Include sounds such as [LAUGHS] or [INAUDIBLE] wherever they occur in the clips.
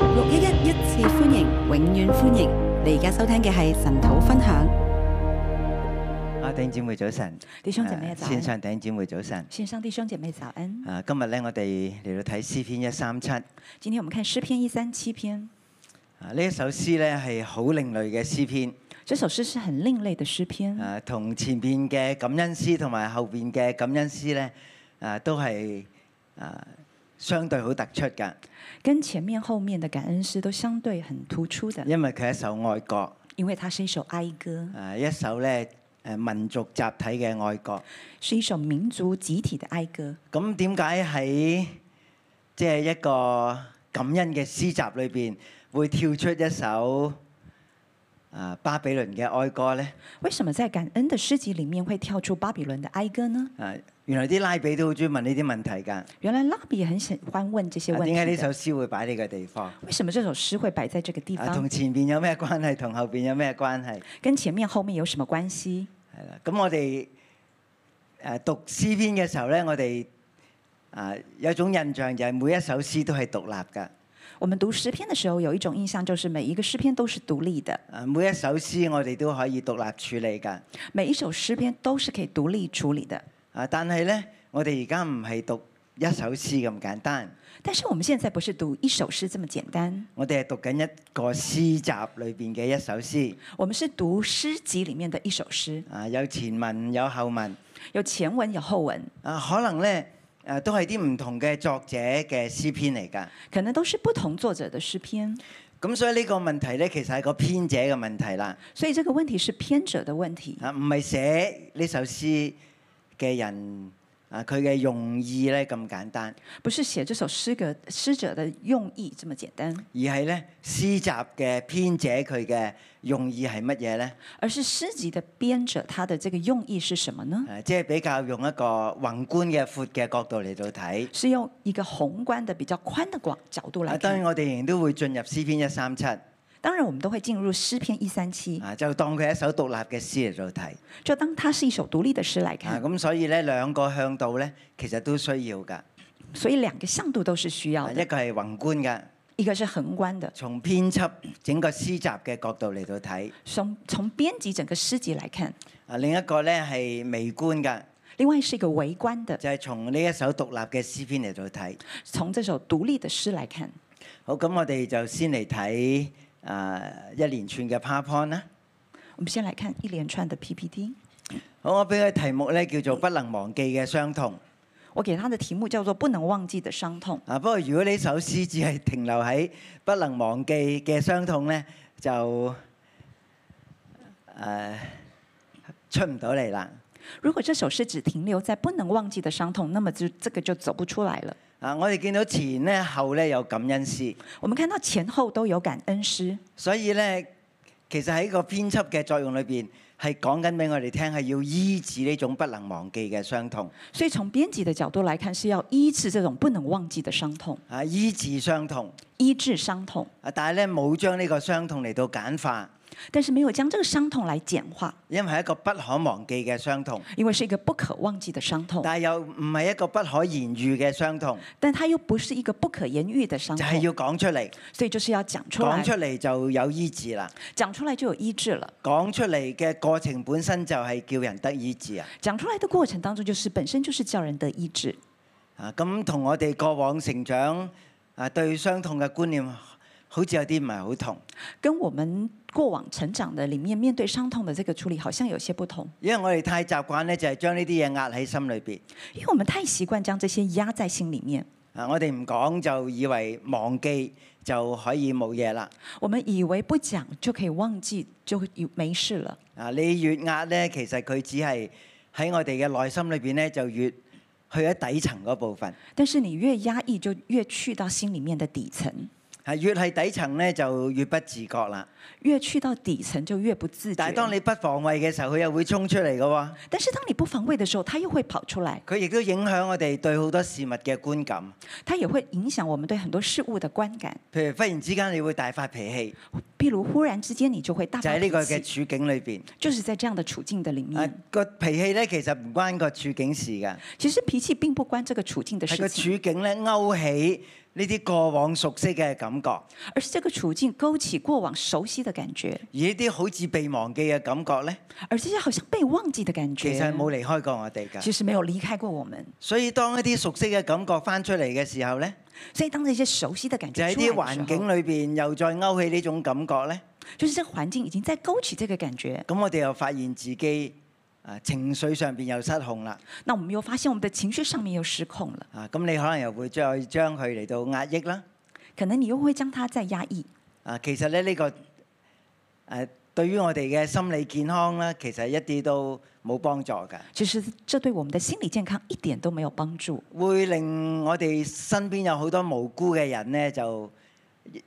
六一一一次歡迎，永遠歡迎！你而家收聽嘅係神土分享。啊，弟兄姊妹早晨，弟兄姐妹早線呃上弟兄姊妹早晨。线上弟兄姐妹早安。啊，今日咧，我哋嚟到睇詩篇一三七。啊，今天我们看诗篇一三七篇，呢一首詩咧係好另類嘅詩篇，这首诗是很另类的诗篇，啊，同前邊嘅感恩詩同埋後邊嘅感恩詩咧，啊，都係啊相對好突出㗎，跟前面后面的感恩诗都相对很突出的，因為佢係一首愛國，因为它是一首哀歌，啊，一首咧誒民族集體嘅愛國。是一首民族集体的哀歌。咁點解喺即係一個感恩嘅詩集裏邊，會跳出一首啊巴比倫嘅哀歌呢？为什么在感恩的诗集里面会跳出巴比伦的哀歌呢？啊，原來啲拉比都好中意問呢啲問題㗎。啊原来拉比也很喜欢问这些问點题解呢的。首詩會擺呢個地方？为什么这首诗会摆在这个地啊，方同？前邊有咩關係？同後邊有咩關係？跟前面后面有什么关系？係啦，咁我哋誒讀詩篇嘅時候呢，我哋啊有一種印象就係每一首詩都係獨立㗎。我们读诗篇的时候，有一种印象就是每一个诗篇都是独立的，啊，每一首詩我哋都可以獨立處理㗎。每一首诗篇都是可以独立处理的。啊，但係咧，我哋而家唔係讀一首詩咁簡單，但是我们现在不是读一首诗这么简单，我哋係讀緊一個詩集裏邊嘅一首詩。我们是读诗集里面的一首诗，啊，有前文有後文。有前文有后文，啊，可能咧誒、啊都係啲唔同嘅作者嘅詩篇嚟㗎。可能都是不同作者的诗篇，咁所以呢個問題咧，其實係個編者嘅問題啦。所以这個問題是編者的問題，啊，唔係寫呢首詩嘅人啊，佢嘅用意咧咁簡單，不是写这首诗嘅诗者的用意这么简单，而係咧詩集嘅編者佢嘅用意係乜嘢咧？而是诗集的編者他的这個用意是什麼呢？誒，即係比較用一個宏觀嘅闊嘅角度嚟到睇。是用一個宏觀的、比較寬的廣角度啊，來當然看。我哋仍然都會進入詩篇一三七，啊，當然，我們都會進入詩篇一三七，就當佢係一首獨立嘅詩嚟到睇。就當它是一首獨立的詩來啊，看。咁所以咧兩個向度咧，其實都需要㗎。啊所以兩個向度都是需要一的，個係宏觀㗎，一個是宏觀的，從編輯整個詩集嘅角度嚟到睇；從從編輯整個詩集來看，啊，另一個咧係微觀㗎，另外是一個微觀的，就係從呢一首獨立嘅詩篇嚟到睇。從這首獨立的詩來看。好，咁我哋就先嚟睇啊一連串嘅 PowerPoint 啦。我們先來看一連串的 PPT，好，我俾佢題目咧叫做不能忘記嘅傷痛。我給它的題目叫做“不能忘記的傷痛啊，不過如果呢首詩只係停留喺不能忘記嘅傷痛咧，就誒、呃出唔到嚟啦。”。如果這首詩只停留在“不能忘記的傷痛”，那麼就這個就走不出來了。啊，我哋見到前咧後咧有感恩詩，我們看到前後都有感恩詩，所以咧其實喺個編輯嘅作用裏邊係講緊俾我哋聽係要醫治呢種不能忘記嘅傷痛，所以從編輯的角度來看，是要醫治這種不能忘記的傷痛，啊醫治傷痛，醫治傷痛，啊但係咧冇將呢個傷痛嚟到簡化，但是沒有將這個傷痛來簡化，因為係一個不可忘記嘅傷痛，因為是一個不可忘記的傷痛，但係又唔係一個不可言喻嘅傷痛，但它又不是一個不可言喻的傷就係痛，要講出嚟。所以就是要講出講來出，嚟就有醫治啦。講出來就有醫治了。講出嚟嘅過程本身就係叫人得醫治啊！講出來的過程當中，就是本身就是叫人得醫治，啊，咁同我哋過往成長啊對傷痛嘅觀念，好似有啲唔係好同。跟我們過往成長的裡面面對傷痛的這個處理好像有些不同，因為我哋太習慣咧，就係將呢啲嘢壓喺心裏邊。因為我們太習慣將這些壓在心裡面，啊，我哋唔講就以為忘記就可以冇嘢啦。我們以為不講就可以忘記，就有沒事了。啊，你越壓咧，其實佢只係喺我哋嘅內心裏邊咧，就越去喺底層嗰部分。但是你越壓抑，就越去到心裡面的底層，係啊越係底層咧，就越不自覺啦。越去到底層就越不自覺。但係當你不防衞嘅時候，佢又會衝出嚟嘅喎。但是當你不防衛的時候，它又會跑出來，佢亦都影響我哋對好多事物嘅觀感。它也會影響我們對很多事物的觀感。譬如忽然之間你會大發脾氣，譬如忽然之間你就會大就發喺呢脾個嘅氣，處境裏邊。就是在這樣的處境的裡啊面，，個脾氣咧其實唔關個處境事㗎，其實脾氣並不關這個處境的係事個情，處境咧勾起呢啲過往熟悉嘅感覺，而而是这个处境勾起过往熟悉的感觉，呢啲好似被忘記嘅感覺呢，而这些好像被忘记的感觉，其實係冇離開過我哋㗎。其实没有离开过我们。所以當一啲熟悉嘅感覺翻出嚟嘅時候呢，所以当这些熟悉的感就觉喺出来啲的时環候，境裏邊又再勾起呢種感覺呢，就是这个环境已经在勾起这个感觉。咁我哋又發現自己啊情緒上邊又失控啦。那我们又发现我们的情绪上面又失控了，啊，咁你可能又會再將佢嚟到壓抑啦。可能你又会将它再压抑。啊，其實咧呢、呢個誒、呃、對於我哋嘅心理健康咧，其實一啲都冇幫助㗎，其实这对我们的心理健康一点都没有幫助，會令我哋身邊有好多無辜嘅人呢，就因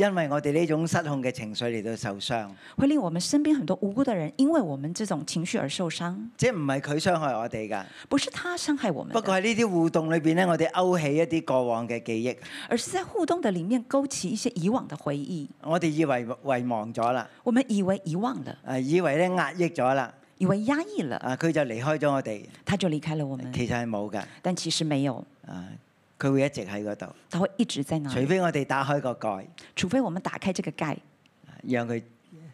因為我哋呢種失控嘅情緒嚟到受傷，会令我们身边很多无辜的人因为我们这种情绪而受伤。即係唔係佢傷害我哋㗎。不是他伤害我们不過的，喺呢啲互動裏邊呢，我哋勾起一啲過往嘅記憶，而是在互动的里面勾起一些以往的回忆。我哋以為遺忘咗啦，我们以为遗忘了，誒、啊以為咧壓抑咗啦，以为压抑了，啊佢就離開咗我哋，他就离开了我们，其實係冇㗎，但其实没有，啊佢會一直喺嗰度。他会一直在那除里，非我哋打開個蓋，除非我们打开这个盖，讓佢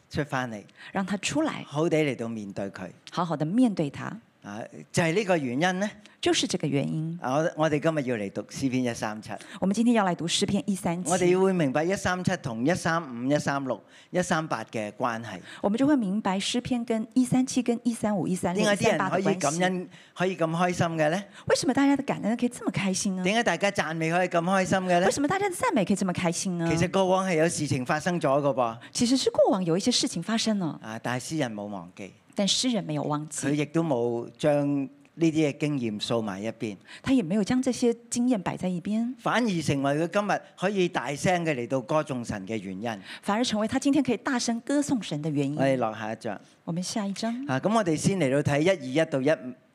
出翻嚟，让他出来，好地嚟到面對佢。好好的面对他，啊，就係、呢個原因呢。就是这个原因。啊，我我哋今日要嚟讀詩篇一三七，我们今天要来读诗篇一三我哋七，會明白一三七同一三五、一三六、一三八嘅關係。我们就会明白诗篇跟一三七、跟一三五、一三六、點一解啲三八人可的以关感系。恩，可以咁開心嘅呢？为什么大家的感恩可以这么开心呢？點解大家讚美可以咁開心嘅呢为？什么大家的赞美可以这么开心呢？其實過往係有事情發生咗嘅噃，其实是过往有一些事情发生了，啊，但係詩人冇忘記，但诗人没有忘佢记，亦都冇將呢啲嘅經驗掃埋一邊。他也没有将这些经验摆在一边，反而成為佢今日可以大聲嘅嚟到歌頌神嘅原因。反而成为他今天可以大声歌颂神的原因我。哋落下一章我们下一章，啊，咁我哋先嚟到睇一二一到一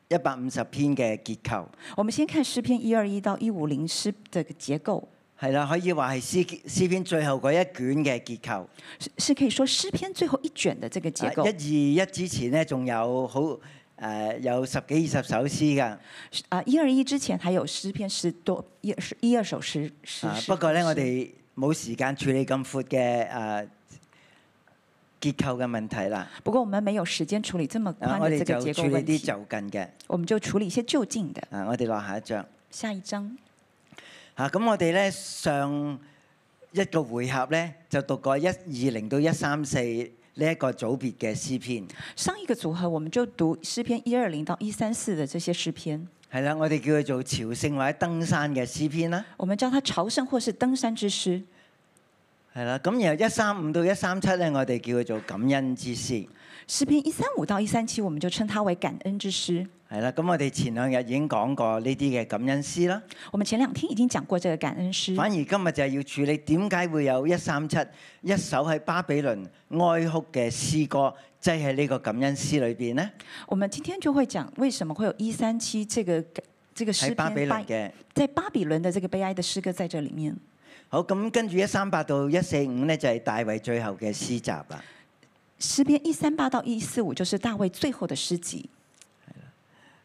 一百五十篇嘅結構，我们先看诗篇一二一到一五零诗的结构，係啦，可以話係詩詩篇最後嗰一卷嘅結構。是是可以说诗篇最后一卷的这个结构。啊一二一之前呢，仲有好誒、呃有十幾二十首詩㗎。啊，一二一之前还有诗篇十多一二十一二首诗诗啊，诗不過呢，诗我哋冇時間處理咁闊嘅誒結構嘅問題啦。不过我们没有時間處理這麼啊，寬我的哋這個就結處構問理啲題，就近嘅。我們就處理一些就近的。啊，我哋落下一章。下一章，嚇咁、我哋咧上一個回合咧就讀過一二零到一三四呢一個組別嘅詩篇，上一個組合我們就讀詩篇一二零到一三四的這些詩篇，係啦，我哋叫佢做朝聖或者登山嘅詩篇啦，我們叫它朝聖或是登山之詩。係啦。咁然後一三五到一三七咧，我哋叫佢做感恩之詩，詩篇一三五到一三七，我們就稱它為感恩之詩。係啦。咁我哋前兩日已經講過呢啲嘅感恩詩啦，我們前兩天已經講過這個感恩詩，反而今日就係要處理點解會有一三七一首喺巴比倫哀哭嘅詩歌，即喺呢個感恩詩裏邊呢，我們今天就會講為什麼會有一三七這個這個詩喺篇巴比倫巴嘅。在巴比倫的這個悲哀的詩歌在這裡面。好，咁跟住一三八到一四五咧，就係、大衛最後嘅詩集啦。詩篇一三八到一四五就是大衛最後的詩集。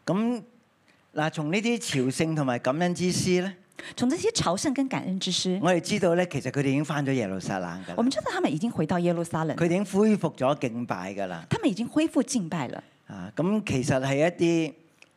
咁嗱，從呢啲朝聖同埋感恩之詩咧，從這些朝聖跟感恩之詩，我哋知道咧，其實佢哋已經翻咗耶路撒冷㗎我啦，們知道他們已经回到耶路撒冷，佢哋已經恢復咗敬拜㗎啦。他們已经恢復敬拜了。啊，咁其實係一啲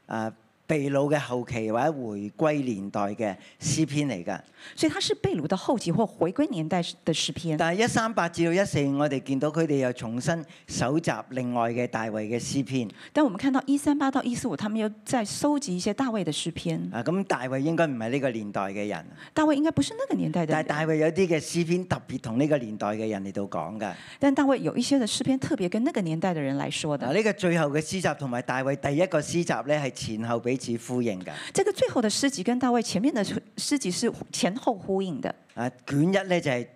啊被擄嘅後期或者回歸年代嘅詩篇嚟㗎。所以它是被掳的後期或回歸年代的詩篇。但係一三八至到一四五，我哋見到佢哋又重新搜集另外嘅大衛嘅詩篇。但我們看到一三八到一四五，他們又在收集一些大衛的詩篇。啊，咁大衛應該唔係呢個年代嘅人。大衛應該不是那個年代的但係人，大衛有啲嘅詩篇特別同呢個年代嘅人嚟到講㗎。但大衛有一些的詩篇特別跟那個年代的人來說嗱，的。呢個最後嘅詩集同埋大衛第一個詩集咧，係前後彼此呼應㗎。這個最後的詩集跟大衛前面的詩集是前後呼應的。啊，卷一咧就係、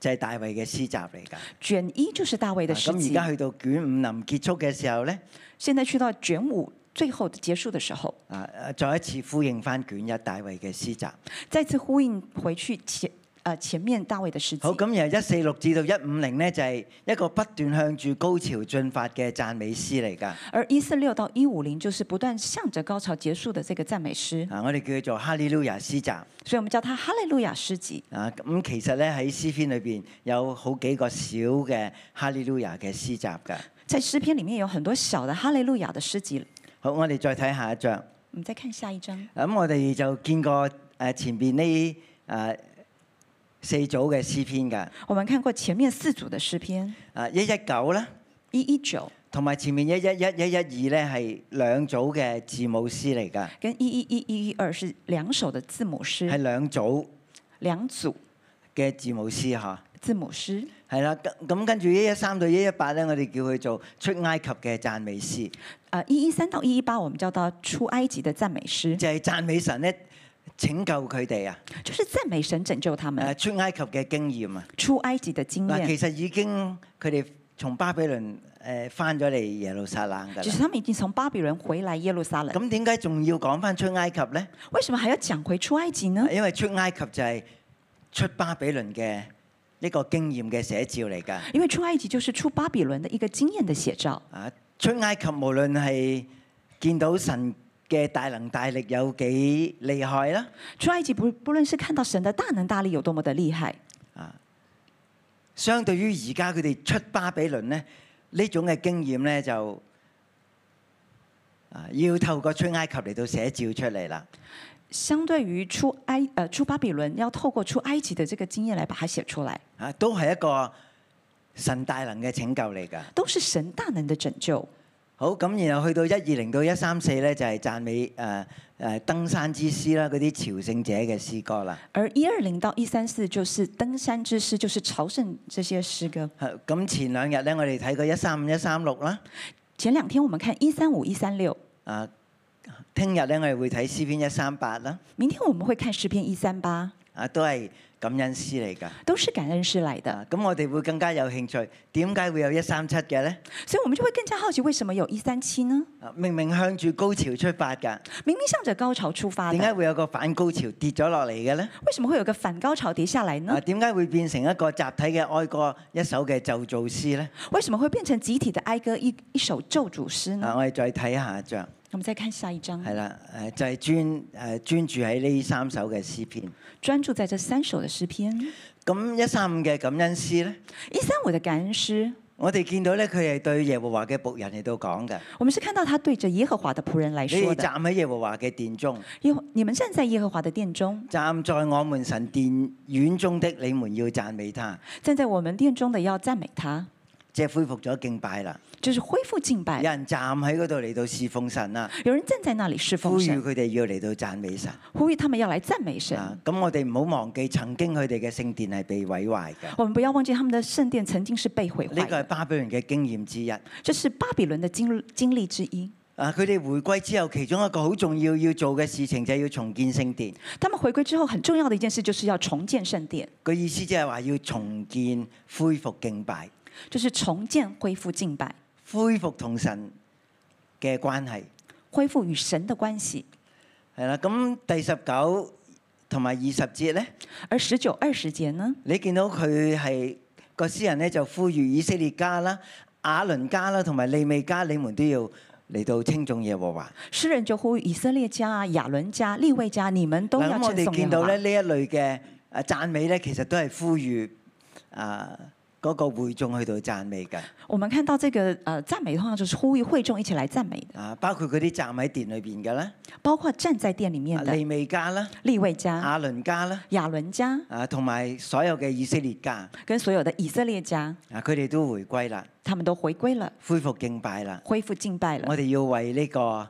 就係、大衛嘅詩集嚟㗎。啊卷一就是大衛的詩咁而集，家去到卷五臨結束嘅時候咧，現在去到卷五最後結束的時候，啊啊再一次呼應翻卷一大衛嘅詩集。再次呼應回去前呃前面大卫的事迹好，。咁然後一四六至到一五零呢，就係、一個不斷向住高潮進發嘅讚美詩嚟㗎。而一四六到一五零就是不断向着高潮结束的这个赞美诗，啊，我哋叫佢做哈利路亞詩集。啊，所以我们叫它哈利路亞诗集。咁其實呢，喺詩篇裏邊有好幾個小嘅哈利路亞嘅詩集㗎。在诗篇里面有很多小的哈利路亞的诗集。好，我哋再睇下一章。我们再看下一章，咁我哋就見過誒前邊呢誒四組嘅詩篇㗎，我们看过前面四组的诗篇，誒一一九啦，一一九同埋前面一一一、一一二咧係兩組嘅字母詩嚟㗎，跟一一一一一二是两首的字母係诗，兩組两组嘅字母詩嚇。字母诗。係啦，咁咁跟住一一三到一一八咧，我哋叫佢做出埃及嘅讚美詩，啊，一一三到一一八我们叫它出埃及的赞美诗，就係、讚美神咧拯救佢哋啊！就是赞美神拯救他们誒出埃及嘅經驗啊！出埃及的经嗱，验其。實已經佢哋從巴比倫誒翻咗嚟耶路撒冷㗎只啦是。他们已經從巴比倫回來耶路撒冷，咁點解仲要講翻出埃及呢？為什麼還要講回出埃及呢？因為出埃及就係出巴比倫嘅一個經驗嘅寫照嚟㗎。因為出埃及就是出巴比倫的一個經驗的寫照。啊，出埃及無論係見到神嘅大能大力有幾厲害啦，出埃及不不論是看到神的大能大力有多麼的厲害，相對於而家佢哋出巴比倫呢，呢種嘅經驗呢，就啊要透過出埃及嚟到寫照出嚟啦。相對於出埃呃出巴比倫，要透過出埃及的這個經驗來把它寫出來，啊，都係一個神大能嘅拯救嚟㗎。都是神大能的拯救。好咁，然後去到一二零到一三四咧，就係、讚美誒誒、呃呃登山之詩啦，嗰啲朝聖者嘅詩歌啦。而一二零到一三四就是登山之詩，就是朝聖這些詩歌。係咁前兩日咧，我哋睇過一三五、一三六啦。前兩天我們看一三五、一三六，啊，聽日咧我哋會睇詩篇一三八啦。明天我們會看詩篇一三八，啊，都係感恩詩嚟㗎。都是感恩詩來的。啊，咁我哋會更加有興趣，點解會有一三七嘅咧？所以我們就會更加好奇，為什麼有一三七呢？啊明明向住高潮出發㗎，明明向着高潮出發的，點解會有個反高潮跌咗落嚟嘅咧？为什么會有個反高潮跌下來呢啊，？點解會變成一個集體嘅哀歌一首嘅咒造詩咧？為什麼會變成集體的哀歌一一首咒主詩呢？啊，哎我哋再睇下一章。我們再看下一章，係啦，誒就係專誒專注喺呢三首嘅詩篇。專注在這三首的詩篇，咁一三五嘅感恩詩咧，一三五的感恩詩，我哋見到咧佢係對耶和華嘅仆人嚟到講嘅。我們是看到他對着耶和華的僕人來你哋說的。站喺耶和華嘅殿中，耶和你們站在耶和華的殿中，站在我們神殿院中的，你們要讚美他。站在我們殿中的要讚美他，即係恢復咗敬拜啦，就是恢復敬有拜。人站喺嗰度嚟到侍奉神啦，有人站在那裡侍呼奉籲神，佢哋要嚟到讚美神。呼籲他們要來讚美神。啊，咁我哋唔好忘記曾經佢哋嘅聖殿係被毀壞嘅，我們不要忘記他們的聖殿曾經是被毀壞呢個係的，巴比倫嘅經驗之一。這是巴比倫的經經歷之一。啊！佢哋回歸之後，其中一個好重要要做嘅事情就係要重建聖殿。他們回歸之後，很重要的一件事就是要重建聖殿，個意思即係話要重建、恢復敬拜、就是重建、恢復敬拜、恢復同神嘅關係。恢復與神的關係。係啦，咁第十九同埋二十節呢，而十九、二十節呢，你見到佢係個詩人呢，就呼籲以色列家啦、亞倫家啦同埋利未家，你們都要嚟到稱頌耶和華。詩人就呼籲以色列家啊、亞倫家、利未家，你們都嗱，要咁我稱頌哋耶見和到華咧。呢一類嘅誒讚美呢，其實都係呼籲啊嗰個會眾去到讚美㗎。我們看到這個呃讚美的話，就是呼籲會眾一起來讚美的，啊，包括嗰啲站喺殿裏邊嘅啦，啊包括站在殿裡面的利啊未家啦、利未家、亞倫家啦，亞倫家啊，同埋所有嘅以色列家，跟所有的以色列家，啊，佢哋都回歸啦，他們都回歸了，恢復敬拜啦。恢復敬拜了。我哋要為呢個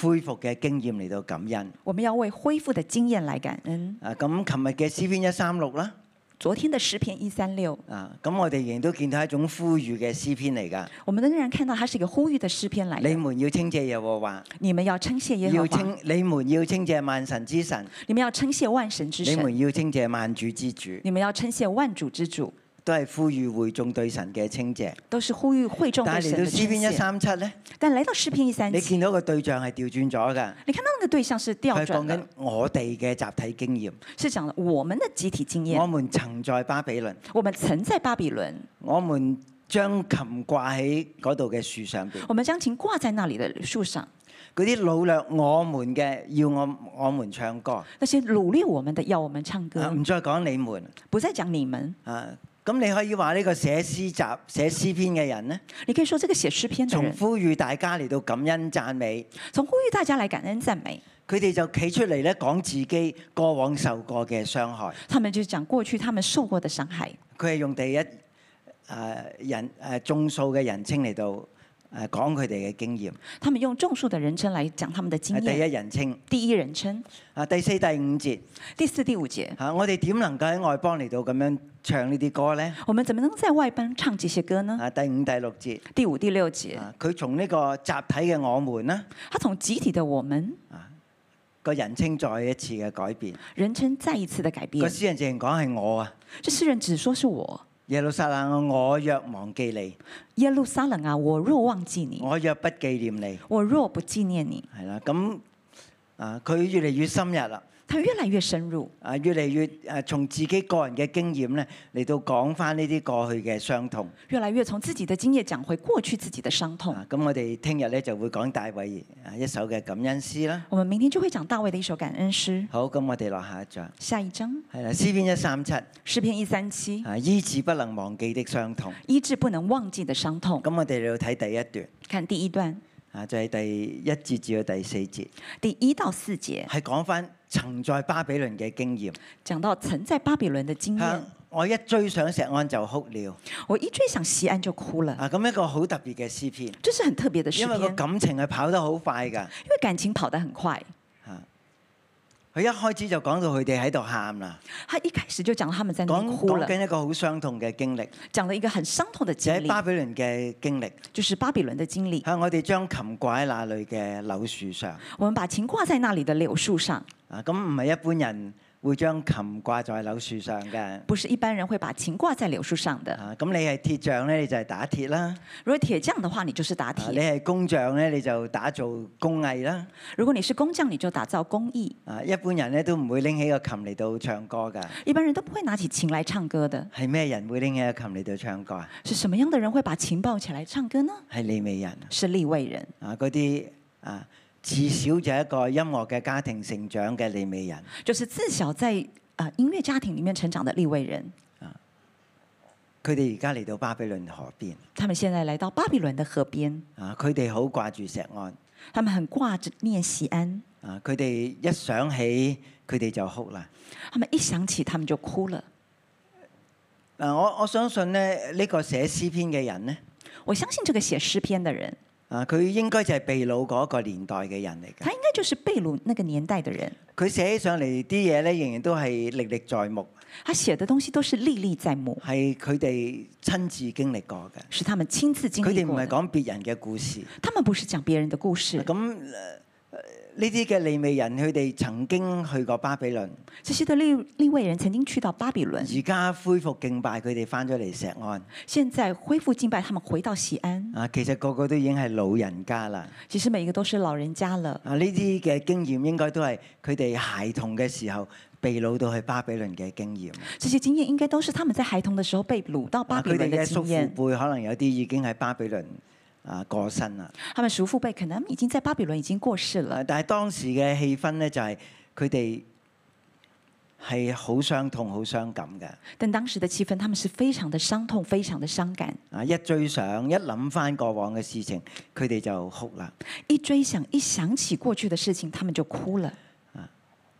恢復嘅經驗嚟到感恩。我們要為恢復的經驗來感恩。啊，咁琴日嘅詩篇一三六啦，昨天的詩篇一三六，啊，咁我哋仍然都見到一種呼籲嘅詩篇嚟㗎。我們仍然看到它是一個呼籲的詩篇來的你。們要稱謝耶和華，你们要称谢耶要和华，稱你們要稱謝萬神之神，你们要称谢万神之你神，們要稱謝萬主之主。你们要称谢万主之主。都係呼籲會眾對神嘅稱謝。都是呼籲會眾但對係嚟神的到詩稱篇一謝。三七咧，但來到詩篇一三你七，見到個對象係調轉咗㗎。你看到那個對象是調佢係轉講緊的，我哋嘅集體經驗。是講了我們的集體經我驗。們曾在巴比倫，我們曾在巴比倫，我們將琴掛喺嗰度嘅樹上邊。我們將琴掛在那裡的樹上。嗰啲擄掠我們嘅，要我我們唱歌。那些掳掠我們的，要我們唱啊歌，唔再講你們不再講你們。啊。咁你可以話呢個寫詩集、寫詩篇嘅人呢，你可以說這個寫詩篇的從人，呼籲大家嚟到感恩讚美，從呼籲大家來感恩讚美，佢哋就企出嚟咧講自己過往受過嘅傷害。他們就講過去他們受過的傷害，佢係用第一誒、啊人誒、啊眾數嘅人稱嚟到誒、啊、講佢哋嘅經驗，他們用眾數的人稱來講他們的經係第驗。哎一人稱。第一人稱，啊，第四、第五節。第四、第五節，嚇、我哋點能夠喺外邦嚟到咁樣唱呢啲歌呢？我們怎麼能在外邦唱這些歌呢？啊，第五、第六節，第五、第六節，啊，佢從呢個集體嘅我們啦，他從集體的我們個人稱再一次嘅改變。人稱再一次的改個變。詩人直情講係我啊，這詩人只說是我，耶路撒冷，我若忘記你，耶路撒冷啊，我若忘記你，我若不紀念你，我若不紀念你，係啦，咁啊，佢越嚟越深入啦。他越來越深入，啊，越嚟越誒，從自己個人嘅經驗咧，嚟到講翻呢啲過去嘅傷痛。越來越從自己的經驗講回過去自己的傷痛。啊，咁我哋聽日咧就會講大衛啊一首嘅感恩詩啦。我們明天就會講大衛的一首感恩詩。好，咁我哋落下一章，下一章，係啦，詩篇一三七。詩篇一三七，啊，醫治不能忘記的傷痛。醫治不能忘記的傷痛。咁我哋嚟到睇第一段，看第一段，啊，就係、第一節至到第四節，第一到四節，係講翻曾在巴比倫嘅經驗。講到曾在巴比倫的經驗啊。我一追想錫安就哭了。我一追想西安就哭了，啊，咁一個好特別嘅詩篇，这是很特別的詩因為篇，個感情係跑得好快㗎。因為感情跑得很快。佢一開始就講到佢哋喺度喊啦，他一開始就講他們在那講裡哭講了，緊一個好傷痛嘅經歷，講了一個很傷痛的經就喺巴歷，比倫嘅經歷。就是巴比倫的經歷。啊，我哋將琴掛喺那裏嘅柳樹上。我們把琴掛在那裡的柳樹上，啊，咁唔係一般人會將琴掛在柳樹上嘅。不是一般人會把琴掛在柳樹上的。啊，咁你係鐵匠咧，你就係打鐵啦；如果鐵匠的話，你就是打啊你鐵；係工匠咧，你就打造工藝啦。如果你是工匠，你就打造工藝。啊，一般人咧都唔會拎起個琴嚟到唱歌㗎。一般人都不會拿起琴來唱歌的。係咩人會拎起個琴嚟到唱歌啊？是什麼樣的人會把琴抱起來唱歌呢？係利未人是利未人，啊，嗰啲啊，自小就係一個音樂嘅家庭成長嘅利未人。就是自小在呃音樂家庭裡面成長的利未人。佢哋而家嚟到巴比倫河邊他們現在來到巴比倫的河邊，啊，佢哋好掛住錫安他們很掛着念錫安，啊，佢哋一想起佢哋就哭啦。他們一想起他們就哭了。嗱，我我相信咧，呢個寫詩篇嘅人咧，我相信這個寫詩篇的人，啊，佢應該就係被擄嗰個年代嘅人嚟他嘅。應該就是被擄那個年代的人，佢寫起上嚟啲嘢咧，仍然都係歷歷在目，他寫的東西都是歷歷在目，係佢哋親自經歷過嘅。是他們親自經佢歷哋唔過係的。講別人嘅故事。他們不是講別人的故事，咁呃呢啲嘅利未人，佢哋曾經去過巴比倫，這些的利利未人曾經去到巴比倫，而家恢復敬拜，佢哋翻咗嚟錫安。現在恢復敬拜，他們回到錫安。啊，其實個個都已經係老人家啦。其實每一個都是老人家了，啊，呢啲嘅經驗應該都係佢哋孩童嘅時候被擄到去巴比倫嘅啊經驗。這些經驗應該都是他們在孩童的時候被擄到巴啊比佢倫哋的嘅經叔父驗。輩可能有啲已經喺巴比倫啊過身啦。他們叔父輩可能已經在巴比倫已經過世了啊，但係當時嘅氣氛咧就係佢哋係好傷痛、好傷感嘅。但當時的氣氛，他們是非常的傷痛，非常的傷感。啊，一追想，一諗翻過往嘅事情，佢哋就哭啦。一追想，一想起過去的事情，他們就哭了。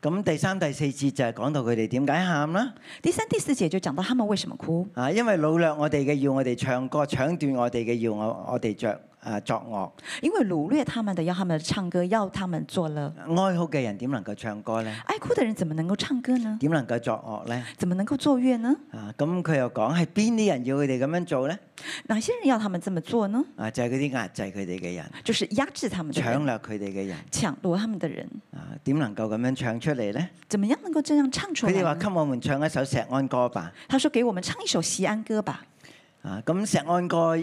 咁第三、第四節就係講到佢哋點解喊啦。第三、第四節就講到他們為什麼哭，啊，因為擄掠我哋嘅要我哋唱歌，搶奪我哋嘅要我我哋着啊作惡。因为掳掠他们的，要他们唱歌，要他们作乐。哀哭嘅人點能夠唱歌呢？哀哭的人怎么能够唱歌呢？點能夠作惡呢？怎么能够作樂呢？啊，咁佢又講係邊啲人要佢哋咁樣做呢？哪些人要他们这么做呢？啊，就係嗰啲壓制佢哋嘅人，就是压制他们的人，搶掠佢哋嘅人。搶奪他们的人，啊，點能夠咁樣唱出嚟呢？怎么样能够这样唱出佢来哋話：呢？給我們唱一首石安歌吧。他说：“给我们唱一首西安歌吧。啊，咁石安歌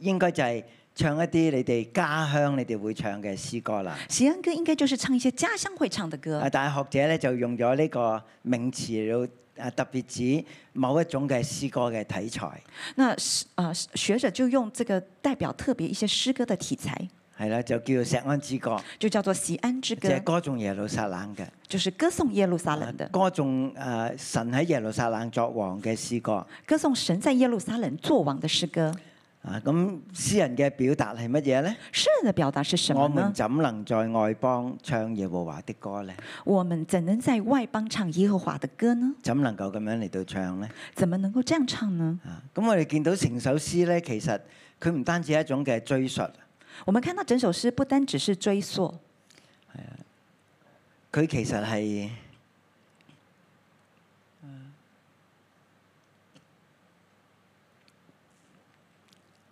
應該就係唱一啲你哋家鄉你哋會唱嘅詩歌啦。西安歌應該就是唱一些家鄉會唱的歌。啊，但係學者咧就用咗呢個名詞嚟到啊特別指某一種嘅詩歌嘅體裁，那是呃，学者就用这个代表特別一些詩歌的題材，係啦，就叫做石安之歌，就叫做西安之就歌係，歌頌耶路撒冷嘅，就是歌頌耶路撒啊冷的，歌頌誒神喺耶路撒冷作王嘅詩歌。歌頌神在耶路撒冷作王的詩歌。啊，咁詩人嘅表達係乜嘢呢？詩人的表達是什我麼們呢？怎能在外邦唱耶和華的歌呢？我們怎能在外邦唱耶和華的歌呢？怎能夠咁樣嚟到唱呢？怎麼能夠這樣唱呢？啊，咁我哋見到成首詩呢，其實佢唔單止係一種嘅追述，我們看到整首詩不單只是追溯，佢其實係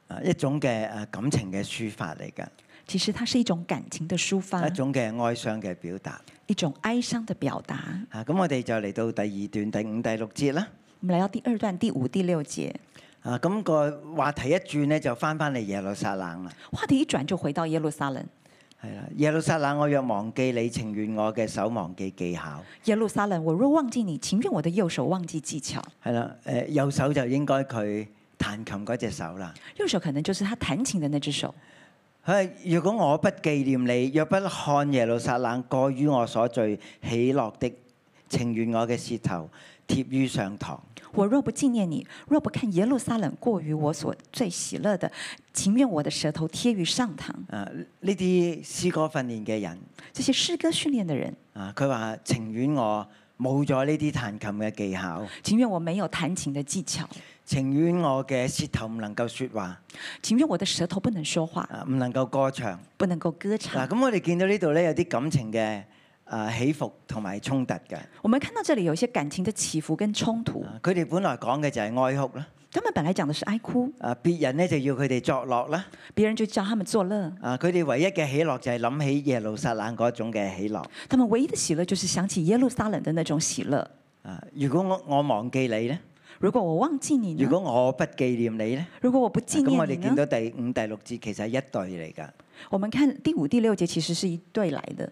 啊一種嘅誒感情嘅抒發嚟㗎，其實它是一種感情的抒發一，種嘅哀傷嘅表達。一種哀傷的表達。啊，咁我哋就嚟到第二段第五、第六節啦。我們來到第二段第五、第六節，啊，咁、個話題一轉呢，就翻翻嚟耶路撒冷啦。話題一轉就回到耶路撒冷。係啦，耶路撒冷，我若忘記你，情願我嘅手忘記技巧。耶路撒冷，我若忘記你，情願我的右手忘記技巧。係啦，誒、右手就應該佢彈琴嗰隻手啦。右手可能就是他彈琴的那只手。佢話如果我不紀念你，若不看耶路撒冷過於我所罪喜樂的，情願我嘅舌頭貼於上膛。我若不紀念你，若不看耶路撒冷過於我所最喜樂的，情願我的舌頭貼於上膛。啊，呢啲詩歌訓練嘅人這些詩歌訓練的人，啊，佢話情願我冇咗呢啲彈琴嘅技巧，情願我沒有彈琴的技巧，情願我嘅舌頭唔能夠説話，情願我的舌頭不能說話，啊，唔能夠歌唱。不能夠歌唱。嗱，咁我哋見到呢度咧有啲感情嘅啊起伏同埋衝突嘅。我們看到這裡有一些感情的起伏跟衝突，啊佢哋本來講嘅就係哀哭啦，他們本來講的是哀哭，啊別人咧就要佢哋作樂啦，別人就叫他們作樂，啊佢哋唯一嘅喜樂就係諗起耶路撒冷嗰種嘅喜樂。他們唯一的喜樂就是想起耶路撒冷的那種喜樂。啊，如果我我忘記你咧，如果我忘記你呢？如果我不紀念你咧，如果我不紀咁我哋念你見呢？到第五、第六節其實係一對嚟㗎。我們看第五、第六節其實是一對來的。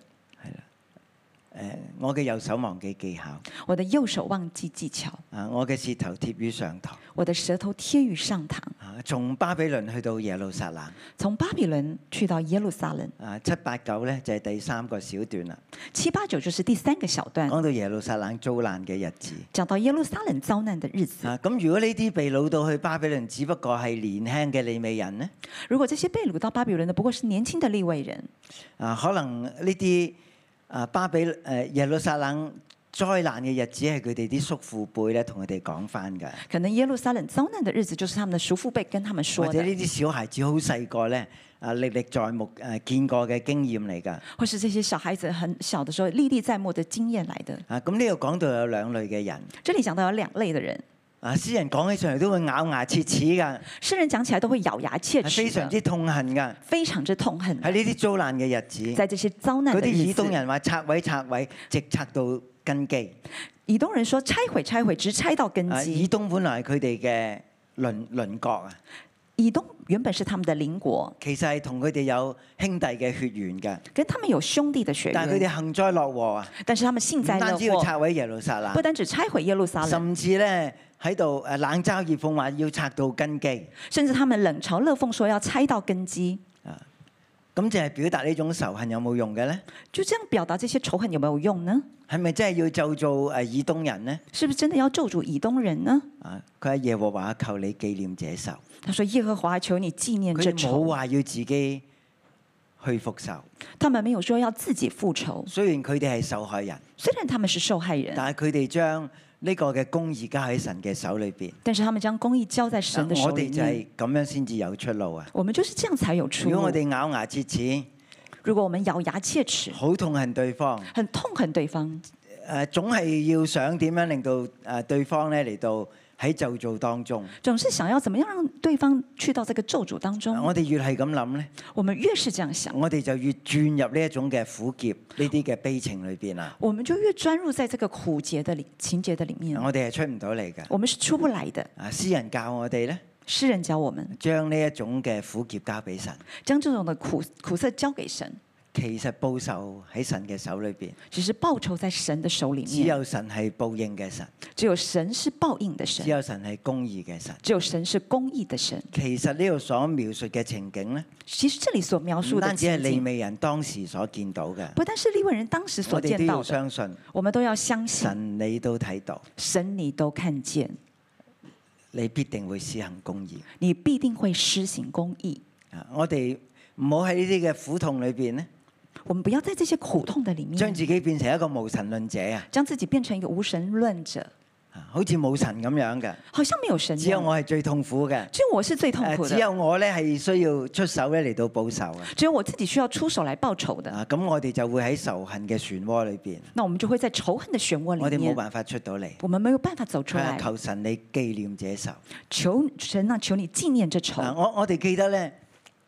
誒，我嘅右手忘記技巧，我的右手忘記技巧，啊我嘅舌頭貼於上膛。我的舌頭貼於上膛。啊，從巴比倫去到耶路撒冷，從巴比倫去到耶路撒冷，啊七八九咧就係第三個小段啦。七八九就是第三個小段，講到耶路撒冷遭難嘅日子。講到耶路撒冷遭難的日子。啊，咁如果呢啲被掳到去巴比倫，只不過係年輕嘅利未人呢，如果這些被擄到巴比倫的不過是年輕的利未人，啊，可能呢啲啊巴比誒、耶路撒冷災難嘅日子係佢哋啲叔父輩咧同佢哋講翻㗎，可能耶路撒冷遭難的日子就是他們的叔父輩跟他們說或者的呢，啲小孩子好細個咧啊歷歷在目誒、見過嘅經驗嚟㗎。或是這些小孩子很小的時候歷歷在目的經驗來的。啊，咁呢度講到有兩類嘅人，這裡講到有兩類的人，啊，詩人講起上嚟都會咬牙切齒㗎，詩人講起來都會咬牙切係非齒常的，之痛恨㗎。非常之痛恨的。喺呢啲遭難嘅日子，在這些遭難嗰的啲以日子東，人話拆毀拆毀，直拆到根基。以東人說拆毀拆毀，直拆到根啊，以基。東本來係佢哋嘅鄰鄰國啊，以東原本是他們的鄰國，其實係同佢哋有兄弟嘅血緣嘅，跟他們有兄弟的血但係佢緣，哋幸災樂禍啊，但是他們幸唔災單樂止要禍，拆毀耶路撒冷不，單只拆毀耶路撒冷，甚至咧喺度誒冷嘲熱諷話要拆到根基，甚至他們冷嘲熱諷說要拆到根基。咁就係表達呢種仇恨有冇用嘅咧？就這樣表達這些仇恨有沒有用呢？係咪真係要咒做誒以東人呢？是不是真的要咒詛以東人呢？啊！佢喺耶和華求你紀念這仇，他說：“耶和華，求你紀念佢這哋冇仇。話要自己去復仇。”他們沒有說要自己復仇，雖然佢哋係受害人，雖然他們是受害人，但係佢哋將呢個嘅公義交喺神嘅手裏邊。但是他们将公义交在神的手我里哋就面。哦係咁樣先至有出路啊！我们就是这样才有出如路。果我哋咬牙切齒，如果我们咬牙切齿，好痛恨對方，誒、很痛恨对方，呃、總係要想點樣令到誒、呃、對方咧嚟到喺咒造當中。总是想要怎么样让对方去到这个咒诅当中。我哋越係咁諗咧，我们越是这样想，我哋就越轉入呢一種嘅苦澀、呢啲嘅悲情裏邊啊！我们就越钻入在这个苦节的里情节的里面，我哋係出唔到嚟嘅。我们是出不来的。啊，詩人教我哋咧，诗人教我们將呢一種嘅苦澀交俾神。将这种的苦苦涩交给神，其實報仇喺神嘅手裏邊，只是报仇在神的手里只面，有神係報應嘅神，只有神是报应的只神，有神係公義嘅神。只有神是公义的神。其實呢度所描述嘅情景咧，其实这里所描唔述的單止係情利景，未人當時所見到嘅，不但是利未人当时所我哋都见到要的，相信我们都要相信神，你都睇到，神，你都看见，你必定會施行公義。你必定会施行公义。啊，我哋唔好喺呢啲嘅苦痛裏邊咧，我们不要在这些苦痛的里將面，自己變成一個無神論者啊将自己变成一个无神论者，啊，好似冇神咁樣嘅，好像没有神一只有样。我係最痛苦嘅。只有我是最嗯痛誒苦只的，有我咧係需要出手咧嚟到報仇啊！只有我自己需要出手来報仇的。啊，咁我哋就會喺仇恨嘅漩渦裏邊，那我们就会在仇恨的漩渦我里哋冇面，辦法出到嚟。我们没有办法走出佢話来。求神你紀念這仇。求神啊，求你纪念这仇。嗱，我我哋記得咧，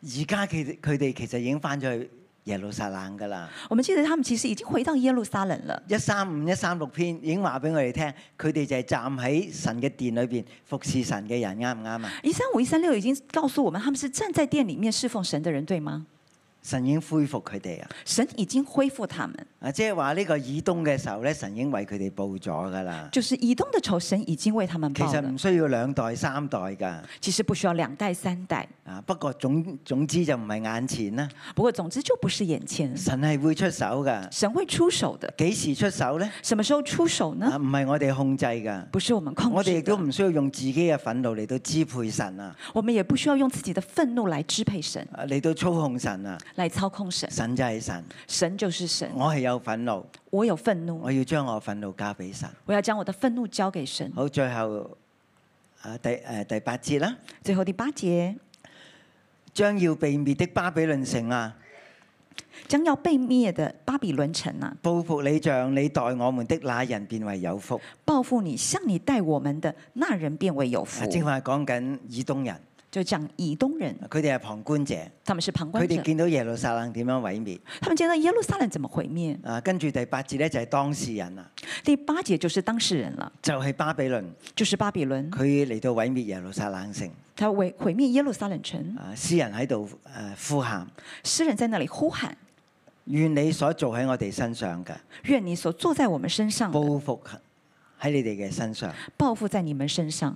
而家佢哋佢哋其實已經翻咗去耶路撒冷㗎啦。我们记得他们其实已经回到耶路撒冷了。一三五、一三六篇已經話俾我哋聽，佢哋就係站喺神嘅殿裏邊服侍神嘅人，啱唔啱啊？一三五、一三六已经告诉我们，他们是站在殿里面侍奉神的人，对吗？神已經恢復佢哋啊！神已经恢复他们，啊，即係話呢個以東嘅時候咧，神已經為佢哋報咗㗎啦。就是以东的仇，神已经为他们其报實了唔。需要兩代三代㗎。其实不需要两代三代，啊，不過總總之就唔係眼前啦，不过总之就不是眼前，神係會出手㗎。神会出手的。幾時出手呢？什么时候出手啊，呢？唔係我哋控制㗎。不是我们控我哋制亦都的，唔需要用自己嘅憤怒嚟到支配神啊，我们也不需要用自己的愤怒来支配神。啊嚟到操控神啊。来操控神，神就係神，神就是神。我係有憤怒，我有愤怒我，要將我憤怒交俾神。我要将我的愤怒交给神。好，最後啊第誒、第八節啦，最后第八节，將要被滅的巴比倫城啊，将要被灭的巴比伦城啊，報復你像你待我們的那人，變為有福。报复你，向你待我们的那人变为有福啊。正話講緊以東人，就讲以东人，佢哋係旁觀者，他们是旁佢观哋者，見到耶路撒冷點樣毀滅他们见到耶路撒冷怎么毁灭。啊，跟住第八節咧就係、當事人啊，第八节就是当事人了，就係、巴比倫，就是巴比伦，佢嚟到毀滅耶路撒冷城。他毁毁灭耶路撒冷城。啊，詩人喺度誒呼喊，诗人在那里呼喊：願你所做喺我哋身上嘅愿你所做在我们身上的，報復喺你哋嘅身上，报复在你们身上，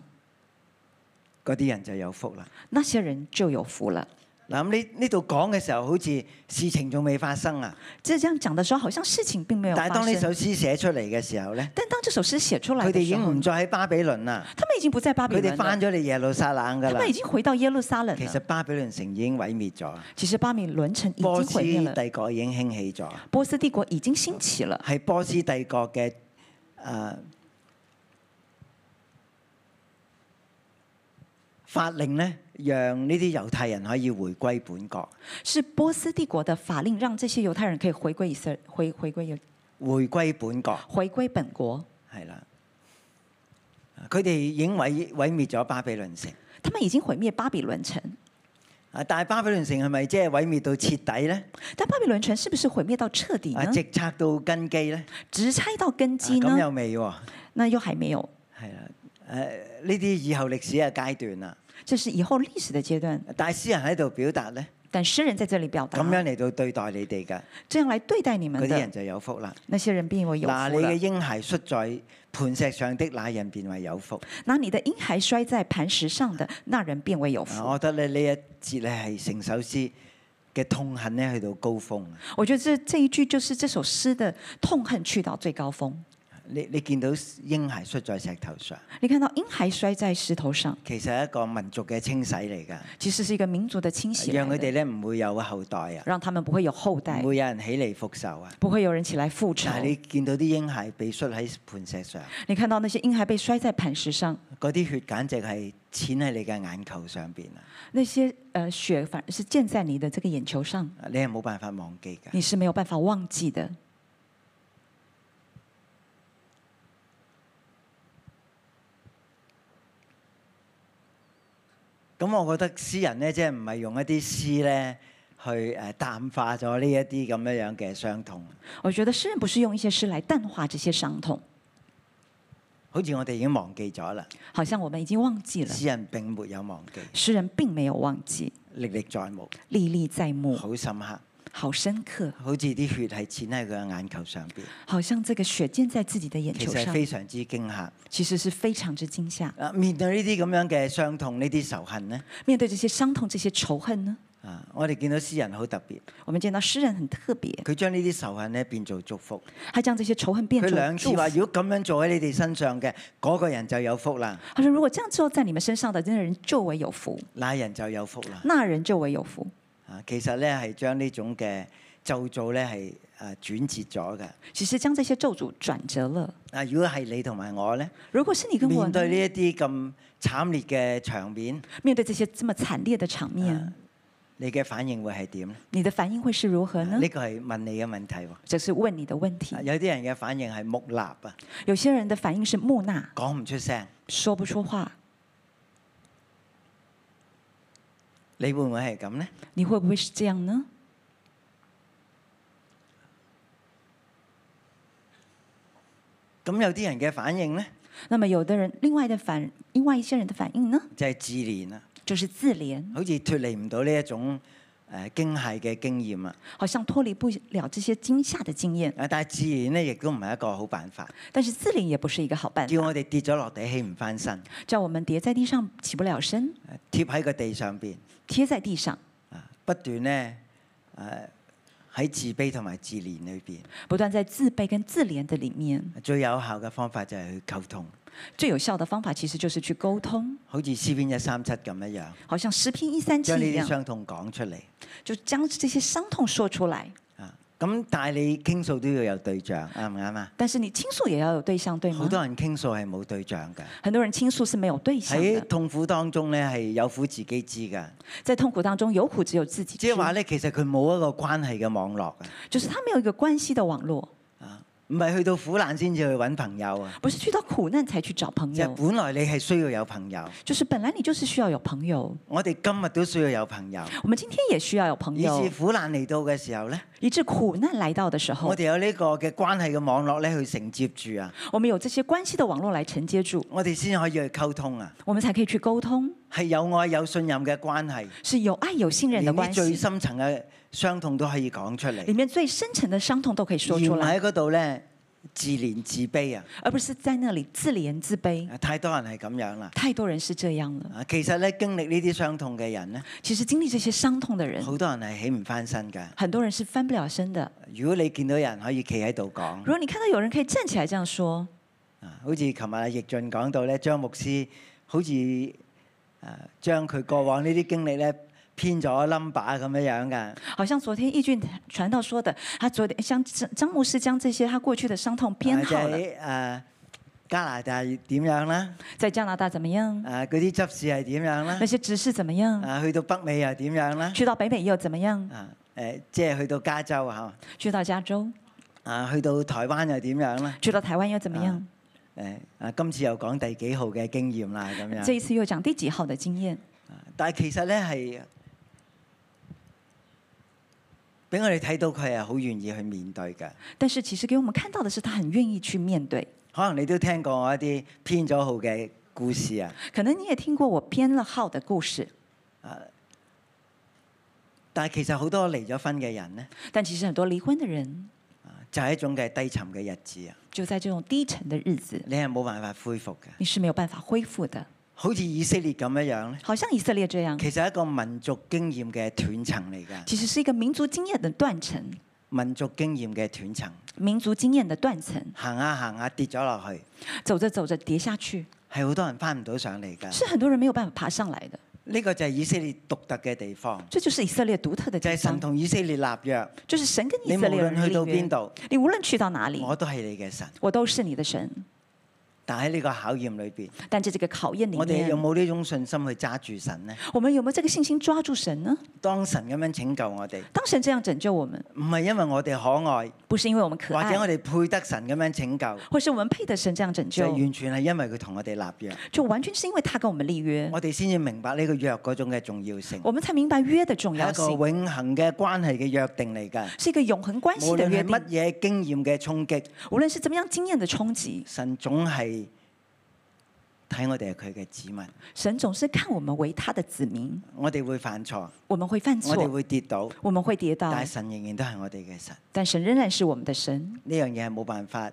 嗰啲人就有福啦。那些人就有福了。嗱咁呢呢度講嘅時候，好似事情仲未發生啊。这这样讲的时候，好像事情并没有但係发當呢首生。詩寫出嚟嘅時候咧，但当这首诗写出来佢哋的已时經候唔，再喺巴比倫啦，他们已经不在巴比佢哋伦翻了，咗嚟耶路撒冷㗎他啦们已。经回到耶路撒冷其實了。巴比倫城已經毀滅咗，其实巴比伦城已波经斯毁灭了，帝國已經興起咗，波斯帝国已经兴起了，係波斯帝國嘅誒。呃法令咧，讓呢啲猶太人可以回歸本國。是波斯帝国的法令让这些犹太人可以回归以色回回归犹回歸本國，回归本国。係啦。啊佢哋已經毀毀滅咗巴比倫城。他们已经毁灭巴比伦城，啊，但係巴比倫城係咪即係毀滅到徹底咧？但巴比伦城是不是毁灭到彻底啊，呢？直拆到根基咧？啊直拆到根基咁又呢？未喎，那又還没有，係啦。誒，呢啲以後歷史嘅階段啦。这是以后歷史的階段。但係詩人喺度表達咧，但诗人在这里表达咁，樣嚟到對待你哋㗎，这样来对待你嗰们啲人的就有福啦。那些人，变为有嗱，福你了嘅。嬰孩摔在磐石上的那人，便為有福。拿你的婴孩摔在磐石上的那人便为有啊，福。我覺得咧呢一節咧係成首詩嘅痛恨咧去到高峰。啊我觉得这这一句就是这首诗的痛恨去到最高峰。你你見到嬰孩摔在石頭上，你看到婴孩摔在石头上，其實係一個民族嘅清洗嚟㗎，其實是一個民族的清洗來讓的，佢哋咧唔會有後代啊，让啊他们不会有后代唔，會有人起嚟復仇啊。不會有人起來復仇但。係你見到啲嬰孩被摔喺磐石上，你看到那些婴孩被摔在磐石上，嗰啲血簡直係濺喺你嘅眼球上邊啊！那些呃血反而是溅在你的這個眼球上，你係冇辦法忘記㗎。你是沒有辦法忘記的。咁我覺得詩人咧，即係唔係用一啲詩咧去誒淡化咗呢一啲咁樣樣嘅傷痛，我覺得詩人不是用一些詩來淡化這些傷痛，好似我哋已經忘記咗啦。好像我們已經忘記了。詩人並沒有忘記，詩人並沒有忘記，歷歷在目，歷歷在目，好深刻，好深刻，好似啲血係濺喺佢嘅眼球上邊，好像這個血溅在自己的眼其球實係上，非常之驚嚇。其實是非常之驚嚇。啊，面對呢啲咁樣嘅傷痛，呢啲仇恨咧，面對這些傷痛、這些仇恨呢，啊，我哋見到詩人好特別，我們見到詩人很特別，佢將呢啲仇恨咧變做祝福。他將這些仇恨變佢成兩次祝話：福。如果咁樣做喺你哋身上嘅，嗰、個人就有福啦，他說：如果這樣做在你們身上的那人就為有福，那人就有福啦。那人就為有福。啊，其實咧係將呢種嘅咒詛咧係啊轉折咗嘅。只是將這些咒詛轉折了。啊，如果係你同埋我咧，如果是你跟我面呢對呢一啲咁慘烈嘅場面，面對這些這麼慘烈的場面，啊你嘅反應會係點咧？你的反應會是如何呢？呢個係問啊你嘅問題喎。這是問你的問題啊。有啲人嘅反應係木立啊，有些人的反應是木訥，講唔出聲。說不出話。你會唔會係咁呢？你會不會是這樣呢？咁有啲人嘅反應呢，那麼有的人，另外的反，另外一些人的反應呢，就係自憐啊，就是自憐，好似脱離唔到呢一種誒驚嚇嘅經驗啊。好像脫離不了這些驚嚇的經驗。啊，但係自憐呢，亦都唔係一個好辦法，但是自憐也不是一個好辦法，叫我哋跌咗落地起唔翻身，叫我們跌在地上起不了身，啊貼喺個地上邊。貼在地上，啊，不斷咧誒喺自卑同埋自憐裏邊，不斷在自卑跟自憐的裡面。最有效嘅方法就係去溝通，最有效的方法其實就是去溝通，好似詩篇一三七咁一樣，好像詩篇一三七將呢一啲樣，傷痛講出嚟就將這些傷痛說出來。啊。咁但係你傾訴都要有對象，啱唔啱啊？但是你傾訴也要有對象，對好嗎？多人傾訴係冇對象㗎，很多人傾訴是沒有對象喺的，痛苦當中咧係有苦自己知㗎，在痛苦當中有苦只有自己即係知，話咧其實佢冇一個關係嘅網絡就是他沒有一個關係的網絡，啊，唔係去到苦難先至去揾朋友啊，不是去到苦難才去找朋就係友，本來你係需要有朋友，就是本來你就是需要有朋友，我哋今日都需要有朋友，我們今天也需要有朋以友至，苦難嚟到嘅時候咧。以致苦難來到的時我候，哋有呢個嘅關係嘅網絡咧，去承接住啊，我們有這些關係的網絡來承接住，我哋先可以去溝通啊，我們才可以去溝通，係有愛有信任嘅關係，是有愛有信任連的關啲最係，深層嘅傷痛都可以講出嚟，裡面最深層的傷痛都可以而說出唔來，喺嗰度咧自憐自卑啊，而不是在那裡自憐自卑。太多人係咁樣啦。太多人是這樣了。啊，其實咧經歷呢啲傷痛嘅人咧，其實經歷這些傷痛的人，好多人係起唔翻身㗎。很多人是翻不了身的。如果你見到有人可以企喺度講，如果你看到有人可以站起來這樣說，啊，好似琴日阿易俊講到咧，張牧師好似誒、啊、將佢過往呢啲經歷咧編咗 number 咁樣樣㗎。好像昨天易俊傳道說的，他昨天像張張牧師將這些他過去的傷痛啊編好了，喺誒加拿大點樣啦？在加拿大怎麼樣，誒嗰啲執事係點樣啦那？些執事怎麼樣，啊，去到北美又點樣啦？去到北美又怎麼樣，啊誒，即係去到加州嚇，去到加州，啊去到台灣又點樣啦？去到台灣又怎麼樣。誒啊，今次又講第幾號嘅經驗啦咁這樣。一次又講第幾號的經驗，但係其實咧係俾我哋睇到佢係好願意去面對嘅。但是其實給我們看到的是他很願意去面對。可能你都聽過我一啲編咗號嘅故事啊，可能你也聽過我編了號的故事，但係其實好多離咗婚嘅人咧，但其實很多離婚的人啊就係一種嘅低沉嘅日子啊，就在這種低沉的日子，你係冇辦法恢復嘅。你是沒有辦法恢復的。好似以色列咁樣樣咧，好像以色列這樣，其實係一個民族經驗嘅斷層嚟㗎。其實是一個民族經驗的斷層。民族經驗嘅斷層，民族經驗的斷層，行下行下跌咗落去，走着走着跌下去，係好多人翻唔到上嚟㗎。是很多人沒有辦法爬上來的。呢個就係以色列獨特嘅地方，這就是以色列獨特的就係地神方，同以色列立約，就是神跟以你無色列人論去到立約邊，度，你無論去到哪裡，我都係你嘅神。我都是你的神。但喺呢個考驗裏邊，但在這個考驗裡我哋有面，冇呢種信心去揸住神呢？我們有沒有這個信心抓住神呢？當神咁樣拯救我哋，當神這樣拯救我們，唔係因為我哋可愛，不是因為我們可或者我愛，哋配得神咁樣拯救，或是我們配得神這樣拯就救，完全係因為佢同我哋立約，就完全是因為他跟我們立約，我哋先至明白呢個約嗰種嘅重要性，我們才明白約的重係要一個性，永恆嘅關係嘅約定嚟㗎。是一個永恆關係無的論約係定乜。嘢經驗嘅衝擊，無論是怎麼樣經驗的衝擊，神總係睇我哋係佢嘅子民。神總是看我們為他的子民，我哋會犯錯，我們會犯我哋錯，啊會跌倒，我們會跌倒，但係神仍然都係我哋嘅神。但神仍然是我們的神，呢樣嘢係冇辦法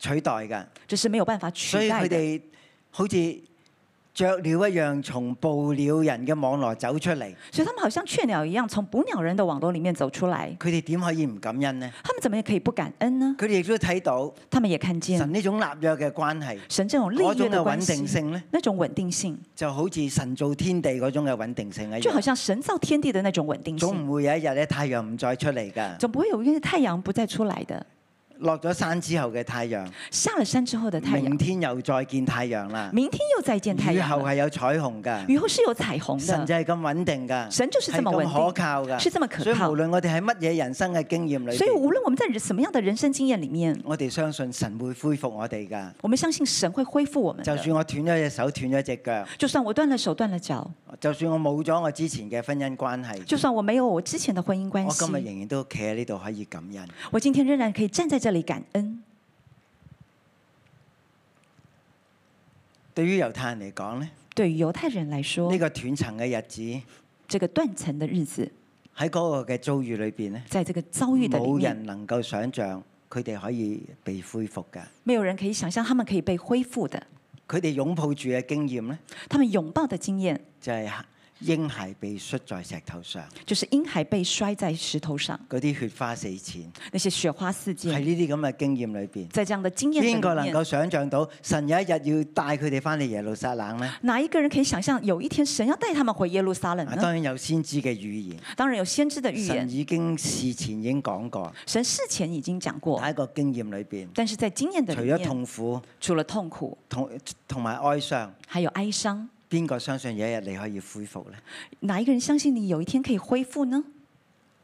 取代㗎。這是沒有辦法取所以代佢的。哋好似雀鳥一樣，從捕鳥人嘅網羅走出嚟。所以他們好像雀鳥一樣，從捕鳥人的網羅裡面走出來。佢哋點可以唔感恩呢？他們怎麼也可以不感恩呢？佢哋亦都睇到他們也看見神呢種立約嘅關係，神這種立嗰約種嘅的關穩定係，性呢，那種穩定性，就好似神造天地嗰種嘅穩定性一就好樣。像神造天地的那種穩定總性，哎唔會有一日咧，太陽唔再出嚟㗎。總不會有一天太陽不再出來的。落咗山之後嘅太陽，下了山之後的太明陽，天又再見太陽啦。明天又再見太雨後陽了。係有彩虹㗎。雨後是有彩虹神的就。係咁穩定㗎，神就是這麼係穩定咁可靠㗎，是這麼可靠所以無論我哋喺乜嘢人生嘅經驗裏所以，邊，無論我們在人什麼樣的人生經驗裡面，我哋相信神會恢復我哋㗎。我們相信神會恢復我們就的。算我斷咗隻手、斷咗隻腳，就算我斷了手、斷了腳，就算我冇咗我之前嘅婚姻關係，就算我沒有我之前的婚姻關我今日係，仍然都企喺呢度可以感恩。我今天仍然可以站在這裡感恩。對於猶太人嚟講咧，對於猶太人來說呢、，個斷層嘅日子這個斷層的日子，喺嗰個嘅遭遇裏邊咧，在這個遭遇的裡冇面，人能夠想像佢哋可以被恢復㗎。沒有人可以想象他們可以被恢復的。佢哋擁抱住嘅經驗咧，他們擁抱的經驗就係、嬰孩被摔在石頭上，就是嬰孩被摔在石頭上，嗰啲血花四濺。那些雪花四喺溅。呢啲咁嘅經驗裏邊，在這樣的經驗邊個的裡能面夠，想像到神有一日要帶佢哋翻嚟耶路撒冷呢？哪一個人可以想象有一天神要帶他們回耶路撒冷啊，呢？當然有先知嘅預言，當然有先知的預嗯神言，已經事前已經講過。神事前已經講過。喺一個經驗裏邊，但是在經驗的除裡咗面，痛苦除了痛苦，同同埋哀傷，還有哀傷。邊個相信有一日你可以恢復呢？哪一個人相信你有一天可以恢復呢？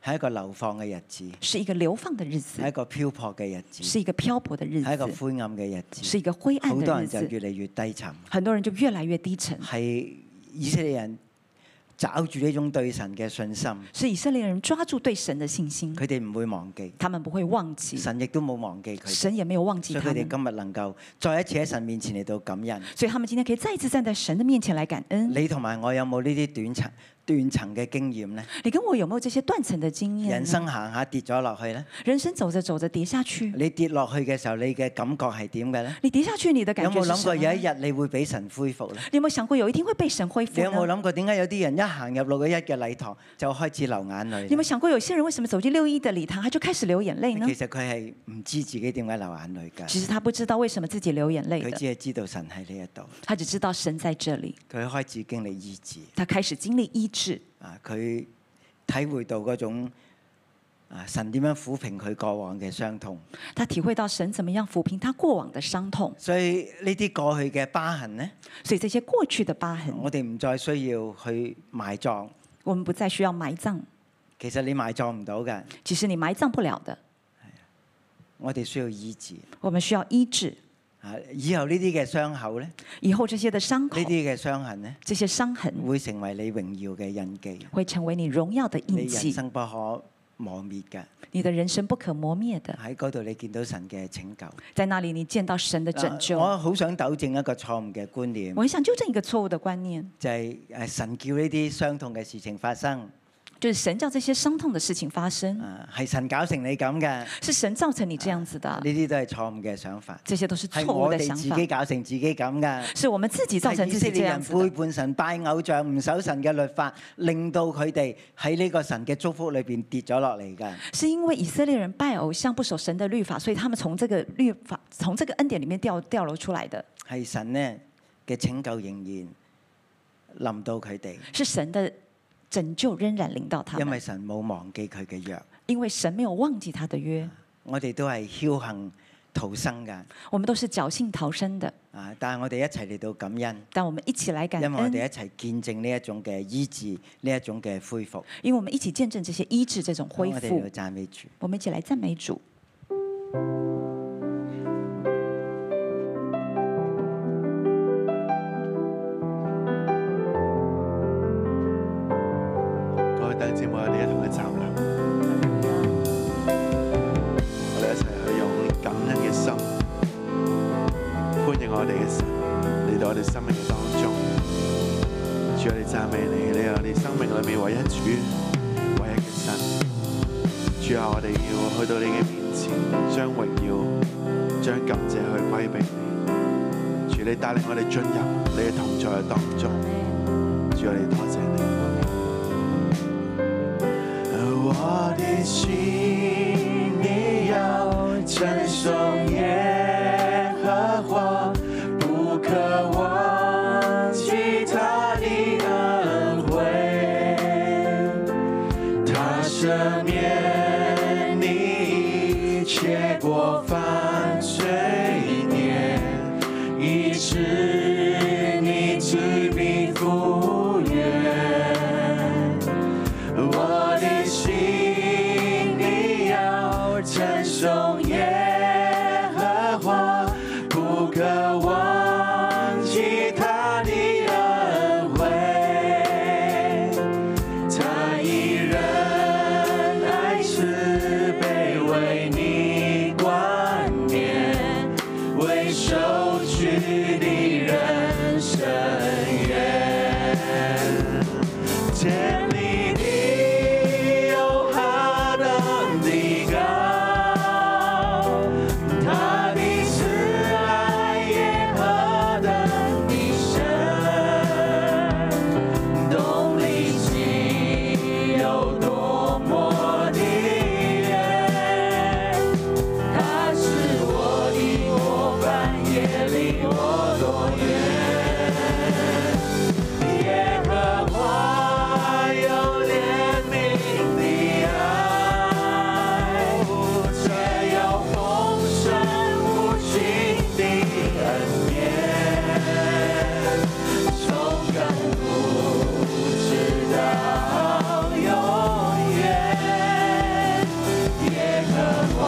係一個流放嘅日子，是一個流放的日係一子，個漂泊嘅日子，是一個漂泊的日係一個子，灰暗嘅日子，是一個灰好暗多的人日就子。越嚟越低沉。很多人就越來越低沉，係以色列人找住呢種對神嘅信心，是以色列人抓住對神的信心，佢哋唔會忘記，他們不會忘記，神亦都冇忘記佢哋。神也沒有忘記所以他佢哋們，今日能夠再一次喺神面前嚟到感恩。所以他們今天可以再一次站在神的面前來感恩。你同埋我有冇呢啲短層斷層嘅經驗呢？你跟我有沒有這些斷層的經驗呢？人生行下跌咗落去呢？人生走着走着跌下去，你跌落去嘅時候，你嘅感覺係點嘅呢？你跌下去，你的感有覺冇是諗什麼過呢？有一日你會俾神恢復呢？你有沒有想過有一天會被神恢你有復冇呢？諗過點解有啲人一行入六個一嘅禮堂就開始流眼你有沒有淚？想過有些人為什麼走進六一的禮堂，他就開始流眼淚呢其？實佢係唔知自己點解流眼淚㗎，其實他不知道為什麼自己流眼淚佢只的，係知道神喺呢一度，他只知道神在這裡，佢開始經歷醫治他開始經歷醫治，啊，佢體會到嗰種啊神點樣撫平佢過往嘅傷痛。他體會到神怎麼樣撫平他過往的傷痛，所以呢啲過去嘅疤痕呢，所以這些過去的疤痕，我哋唔再需要去埋葬。我們不再需要埋葬，其實你埋葬唔到嘅，其實你埋葬不了的，我哋需要醫治。我們需要醫治。啊，以後呢啲嘅傷口呢，呢以後這些的傷口啲，嘅傷痕呢，這些傷痕會成為你榮耀嘅印記，會成為你榮耀的你印人記，生不可磨滅嘅。你的人生不可磨滅的。喺嗰度你見到神嘅拯救。在那裡，你見到神的拯救。啊我好想糾正一個錯誤嘅觀念我，很想糾正一個錯誤的觀念，就係誒神叫呢啲傷痛嘅事情發生，就是神叫这些伤痛的事情发生，啊，係神搞成你咁嘅，呢是神造成你这样子的，啲都係錯誤嘅 [LAUGHS] 想法，这些都是係错误啊我的哋想自法，己搞成自己咁㗎。 [LAUGHS] 是我们自己造成係以自色己这列样人子的背。叛神、拜偶像、唔守神嘅律法，令到佢哋喺呢個神嘅祝福裏邊跌咗落嚟㗎。是因为以色列人拜偶像不守神的律法，所以他们从这个律法从这个恩典里面掉掉落出来的，係神呢嘅拯救仍然臨到佢哋，是神的拯救仍然领到他因為们，神冇忘記佢嘅約。因为神没有忘记他的啊约。我哋都係僥幸逃生㗎，我们都是侥幸逃生的，啊！但係我哋一齊嚟到感恩，但我们一起来感因為我哋恩，一齊見證呢一種嘅醫治，呢一種嘅恢復。因为我们一起见证这些医治这种恢我哋复要。讚美主。我们一起来赞美主。各位弟兄姊妹，我哋一同去站立，我哋一齊去用感恩嘅心歡迎我哋嘅神嚟到我哋生命嘅當中。主，我哋讚美你，你係我哋生命裏面唯一主、唯一嘅神。主啊，我哋要去到你嘅面前，將榮耀、將感謝去歸俾你。主，你帶領我哋進入你嘅同在嘅當中。主，我哋多謝你。我的心，你要称颂耶和华，不可忘记他的恩惠，他赦免你一切过犯罪孽，医治你疾病复原。我的心，你要称颂耶和华，不可忘记他的恩惠。他以仁爱慈悲为你冠冕，为受屈的人伸冤。建立你有何等的高，他的慈爱也何等的深，懂你心有多么的远，他是我的模范，也离我多远。耶和华有怜悯的爱，这有丰盛无尽的恩典，从亘古直到永远。耶和华，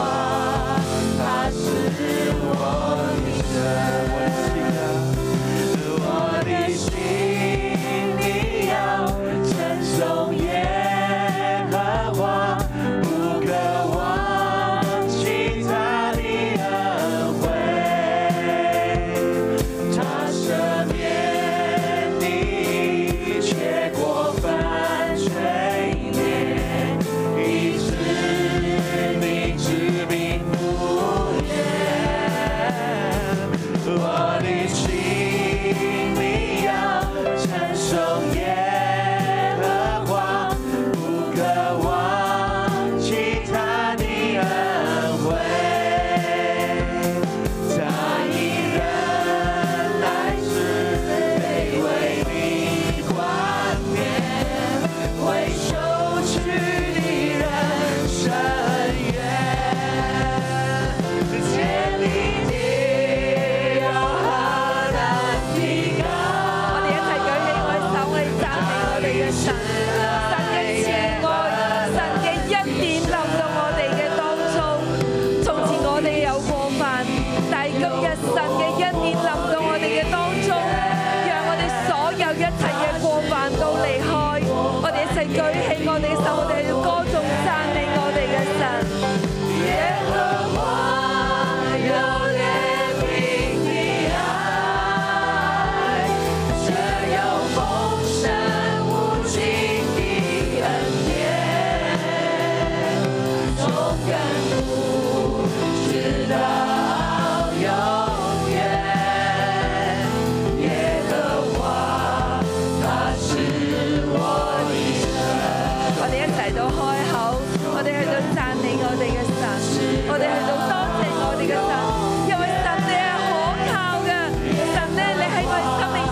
他是我的神。我的心，你要称颂耶和华，不可忘记他的恩惠，他赦免你一切过犯罪孽，医治你疾病复原。我的心，你要承受耶和华，不可忘记他的恩惠。他以仁爱慈悲为你冠冕，为受屈的人伸冤。千里的有何等的高？我哋一齊舉起我嘅手去讚美我哋嘅神，神嘅慈愛，神嘅恩典臨到我哋嘅當中。從前我哋有過犯，但係今日神嘅恩典臨到我哋嘅當中，讓我哋所有一切嘅過犯都離開。我哋一齊舉起我哋嘅手，我哋去歌頌讚美我哋嘅神。耶和华有怜悯的爱，这有丰盛无尽的恩典，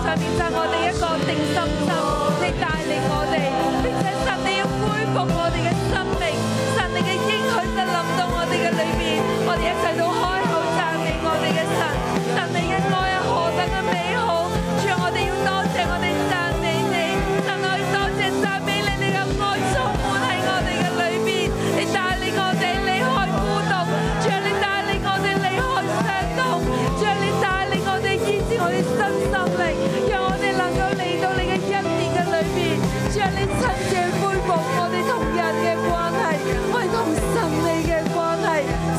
定心心，你帶領我哋，並且神你要恢復我哋嘅生命，神你嘅應許就臨到我哋嘅裏邊，我哋一齊到開口讚美我哋嘅神，神你嘅愛係何等嘅美好，主啊我哋要多謝我哋讚美你，神我要多謝讚美你，你嘅愛充滿喺我哋嘅裏邊，你帶領我哋離開孤獨，主啊你帶領我哋離開傷痛，主啊你帶領我哋醫治我哋身心靈，讓我哋能夠嚟到你嘅恩典嘅裏邊，主啊你親自恢復我哋同人嘅關係，我哋同神你嘅關係，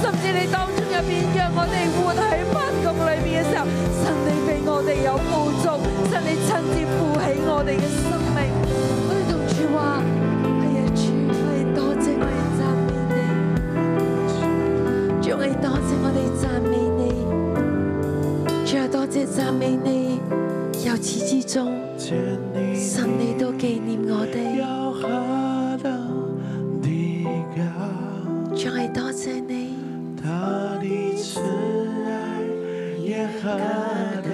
甚至你當中入邊讓我哋活喺貧窮裏邊嘅時候，神你俾我哋有富足，神你親自扶起我哋嘅生命，我哋同主話。係啊，哎主，我哋多謝我哋讚美你，主，我哋多謝我哋讚美你，主啊，多謝讚美你，由始至終，见你神你都紀念我哋，要何等地高，主，我哋多謝你，他的慈爱也何等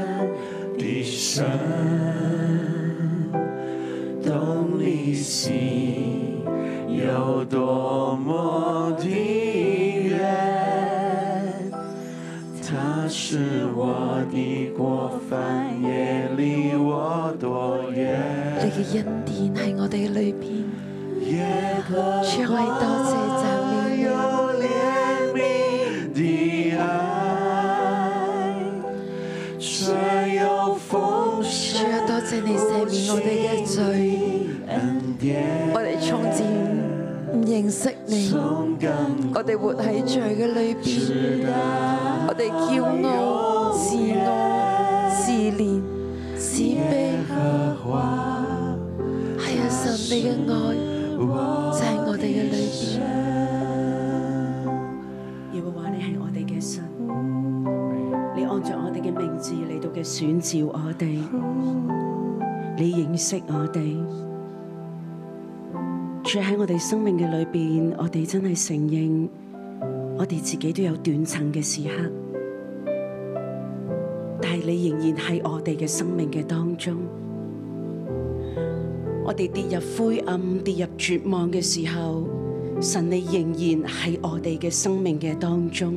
的深，懂你心有多么的远，他是我的过犯，也离我多远。你嘅恩典喺我啊哋嘅裏邊，耶和主，我哋多謝讚美你，华怜悯的爱，全有丰主啊，多謝你赦免我哋嘅罪，恩典，我哋從前唔認識你。勇敢我哋活喺罪嘅裏邊，我哋驕傲、自傲、自憐、自卑。係啊，神你嘅愛就喺我哋嘅裏邊。耶和華你係我哋嘅神，你按着我哋嘅名字嚟到嘅選召我哋，你認識我哋。主喺我哋生命嘅裏邊，我哋真係承認，我哋自己都有斷層嘅時刻，但係你仍然喺我哋嘅生命嘅當中。我哋跌入灰暗、跌入絕望嘅時候，神你仍然喺我哋嘅生命嘅當中。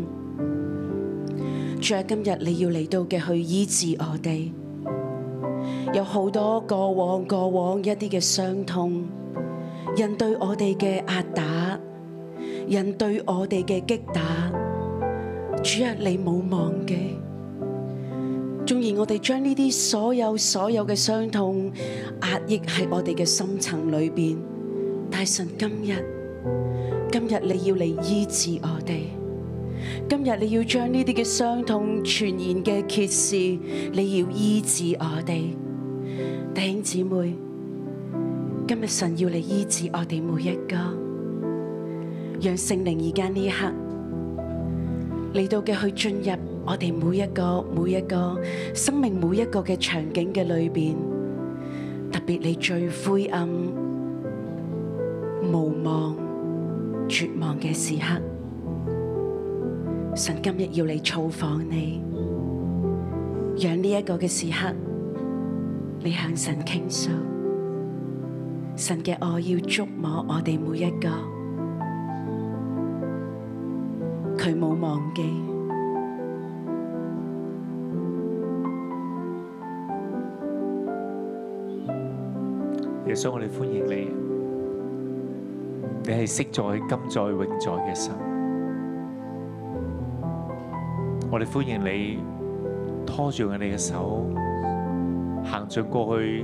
主啊，今日你要嚟到嘅去醫治我哋，有好多過往過往一啲嘅傷痛，人對我哋嘅壓打，人對我哋嘅擊打，主啊，你冇忘記。縱然我哋將呢啲所有所有嘅傷痛壓抑喺我哋嘅深層裏邊，但係神今日，今日你要嚟醫治我哋，今日你要將呢啲嘅傷痛全然嘅揭示，你要醫治我哋，弟兄姊妹，今日神要嚟醫治我哋每一個，讓聖靈而家呢一刻。嚟到嘅去進入我哋每一個每一個生命每一個嘅場景嘅裏邊，特別你最灰暗、無望、絕望嘅時刻，神今日要嚟造訪你，讓呢一個嘅時刻，你向神傾訴，神嘅愛要觸摸我哋每一個。佢冇忘記。耶穌，我哋歡迎你。你係昔在、今在、永在嘅神。我哋歡迎你拖住我哋嘅手，行進過去。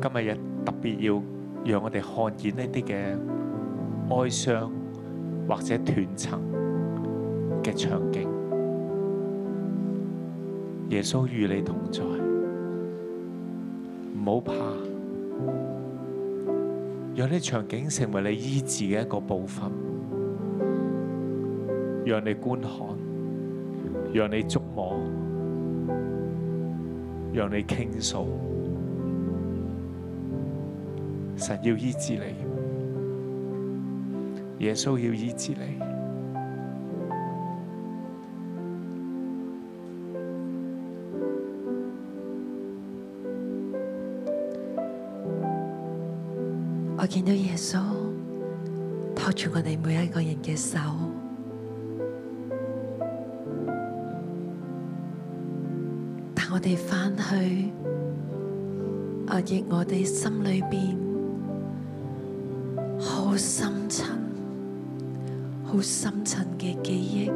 今日日特別要讓我哋看見呢啲嘅哀傷或者斷層嘅場景。耶穌與你同在。唔好怕，讓呢場景成為你醫治嘅一個部分，讓你觀看，讓你觸摸，讓你傾訴。神要醫治你，耶穌要醫治你。我見到耶穌拖住我哋每一個人嘅手，帶我哋返去壓抑我哋心裏邊好深沉、好深沉嘅記憶。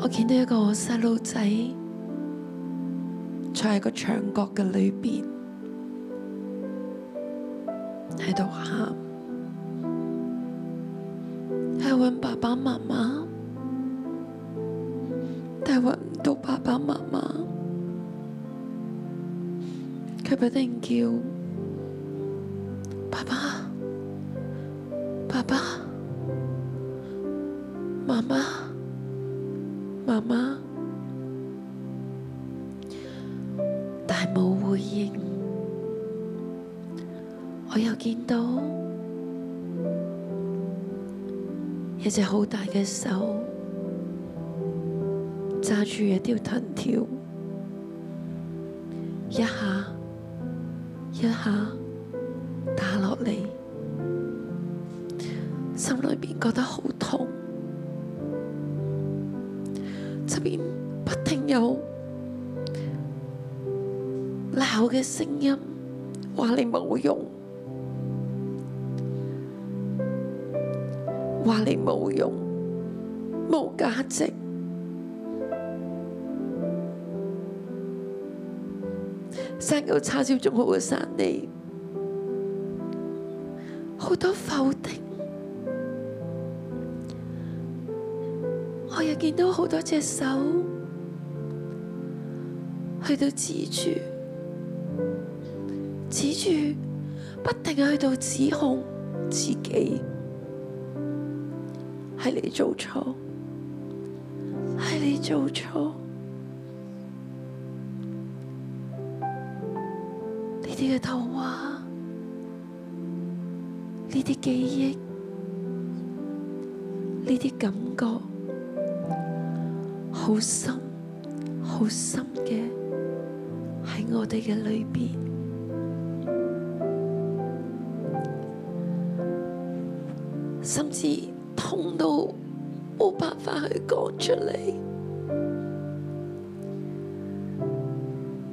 我見到一個細路仔坐喺個牆角嘅裏邊。喺度喊，係揾爸爸媽媽，但係揾唔到爸爸媽媽。佢不停叫爸爸、爸爸、媽媽、媽媽，但係冇回應。我又見到一隻好大嘅手揸住一條藤條，一下一下打落嚟，心裏邊覺得好痛，側邊不停有鬧嘅聲音，話你冇用。話你冇用、冇價值。生嚿叉燒仲好過生你，好多否定。我又見到好多隻手去到指住，指住，不停去到指控自己。係你做錯，係你做錯。呢啲嘅圖畫，呢啲記憶，呢啲感覺，好深、好深嘅喺我哋嘅裏邊。甚至痛到冇辦法去講出嚟，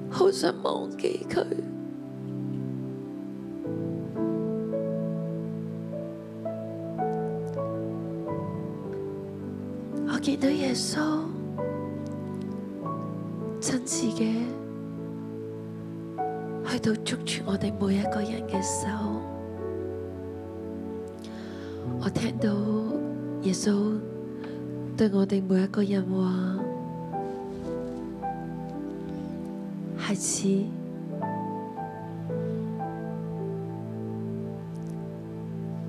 好想忘記佢。我見到耶穌親自嘅去到捉住我哋每一個人嘅手。我聽到耶穌對我哋每一個人話：孩子，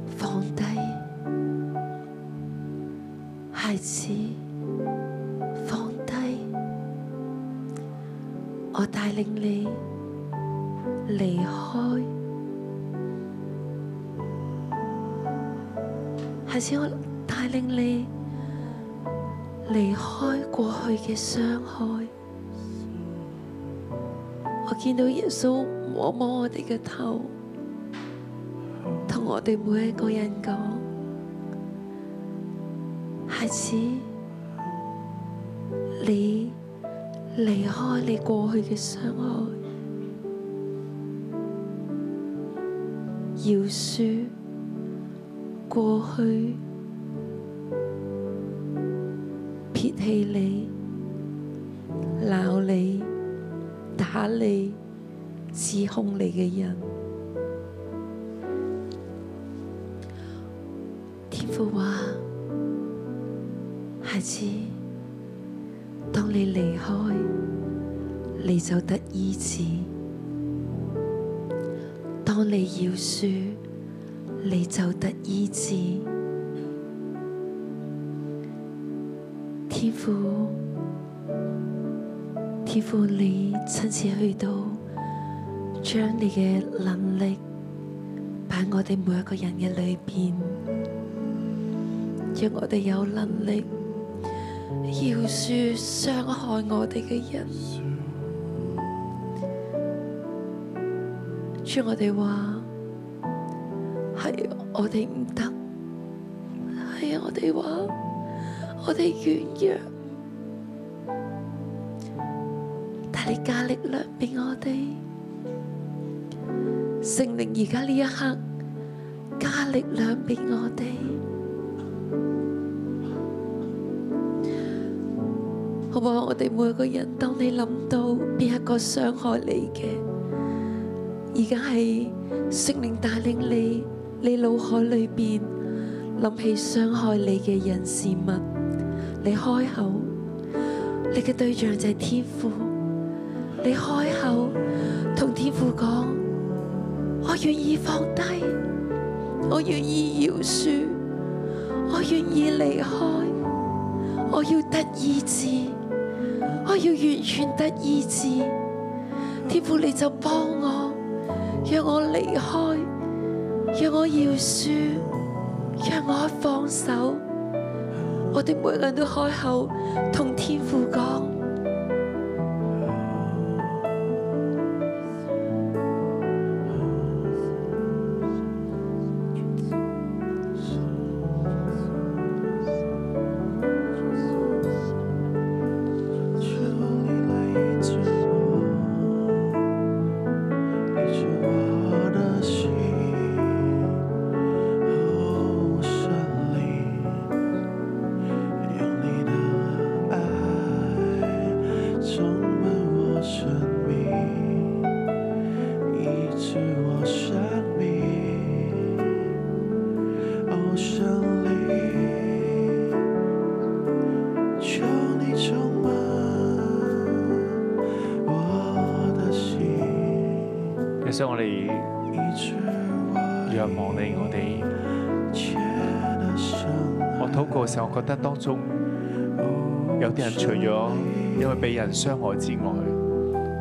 放低；孩子，放低。我帶領你離開。孩子，我帶領你離開過去嘅傷害。我見到耶穌摸摸我哋嘅頭，同我哋每一個人講：孩子，你離開你過去嘅傷害，饒恕。過去撇棄你、鬧你、打你、指控你嘅人，天父話：孩子，當你離開，你就得醫治；當你饒恕，你就得醫治。天父，天父，你親自去到，將你嘅能力擺我哋每一個人嘅裏邊，讓我哋有能力饒恕傷害我哋嘅人，主，我哋話係我哋唔得，係我哋話我哋軟弱，但你加力量俾我哋。聖靈而家呢一刻加力量俾我哋，好唔好？我哋每個人，當你諗到邊一個傷害你嘅，而家係聖靈帶領你，你腦海裏邊諗起傷害你嘅人事物，你開口，你嘅對象就係天父，你開口同天父講。我願意放低，我願意饒恕，我願意離開，我要得醫治，我要完全得醫治。天父你就幫我，讓我離開，讓我饒恕，讓我放手。我哋每個人都開口同天父講。求你来医治我，医治我的心。哦，神灵，用你的爱充满我生命，医治我生命。哦，神灵。求你充满我的心，耶穌，我哋医治我仰望你，我哋一切的伤我禱告嘅時候，我覺得當中有啲人除咗因為被人傷害之外，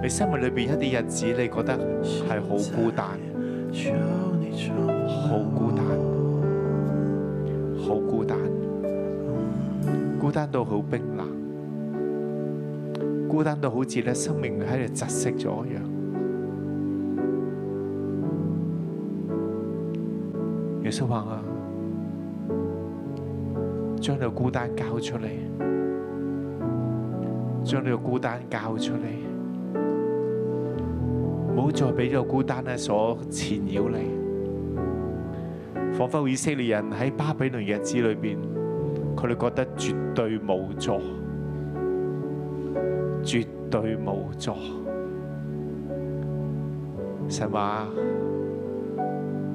你生命裏邊一啲日子，你覺得係好孤單，求你充满好孤單，好孤單，孤單到好冰冷，孤單到好似咧生命喺度窒息咗一樣。耶穌話啊！將你個孤單交出嚟，將你個孤單交出嚟，唔好再俾呢個孤單咧所纏繞你。彷彿以色列人喺巴比倫嘅日子裏邊，佢哋覺得絕對無助，絕對無助。神話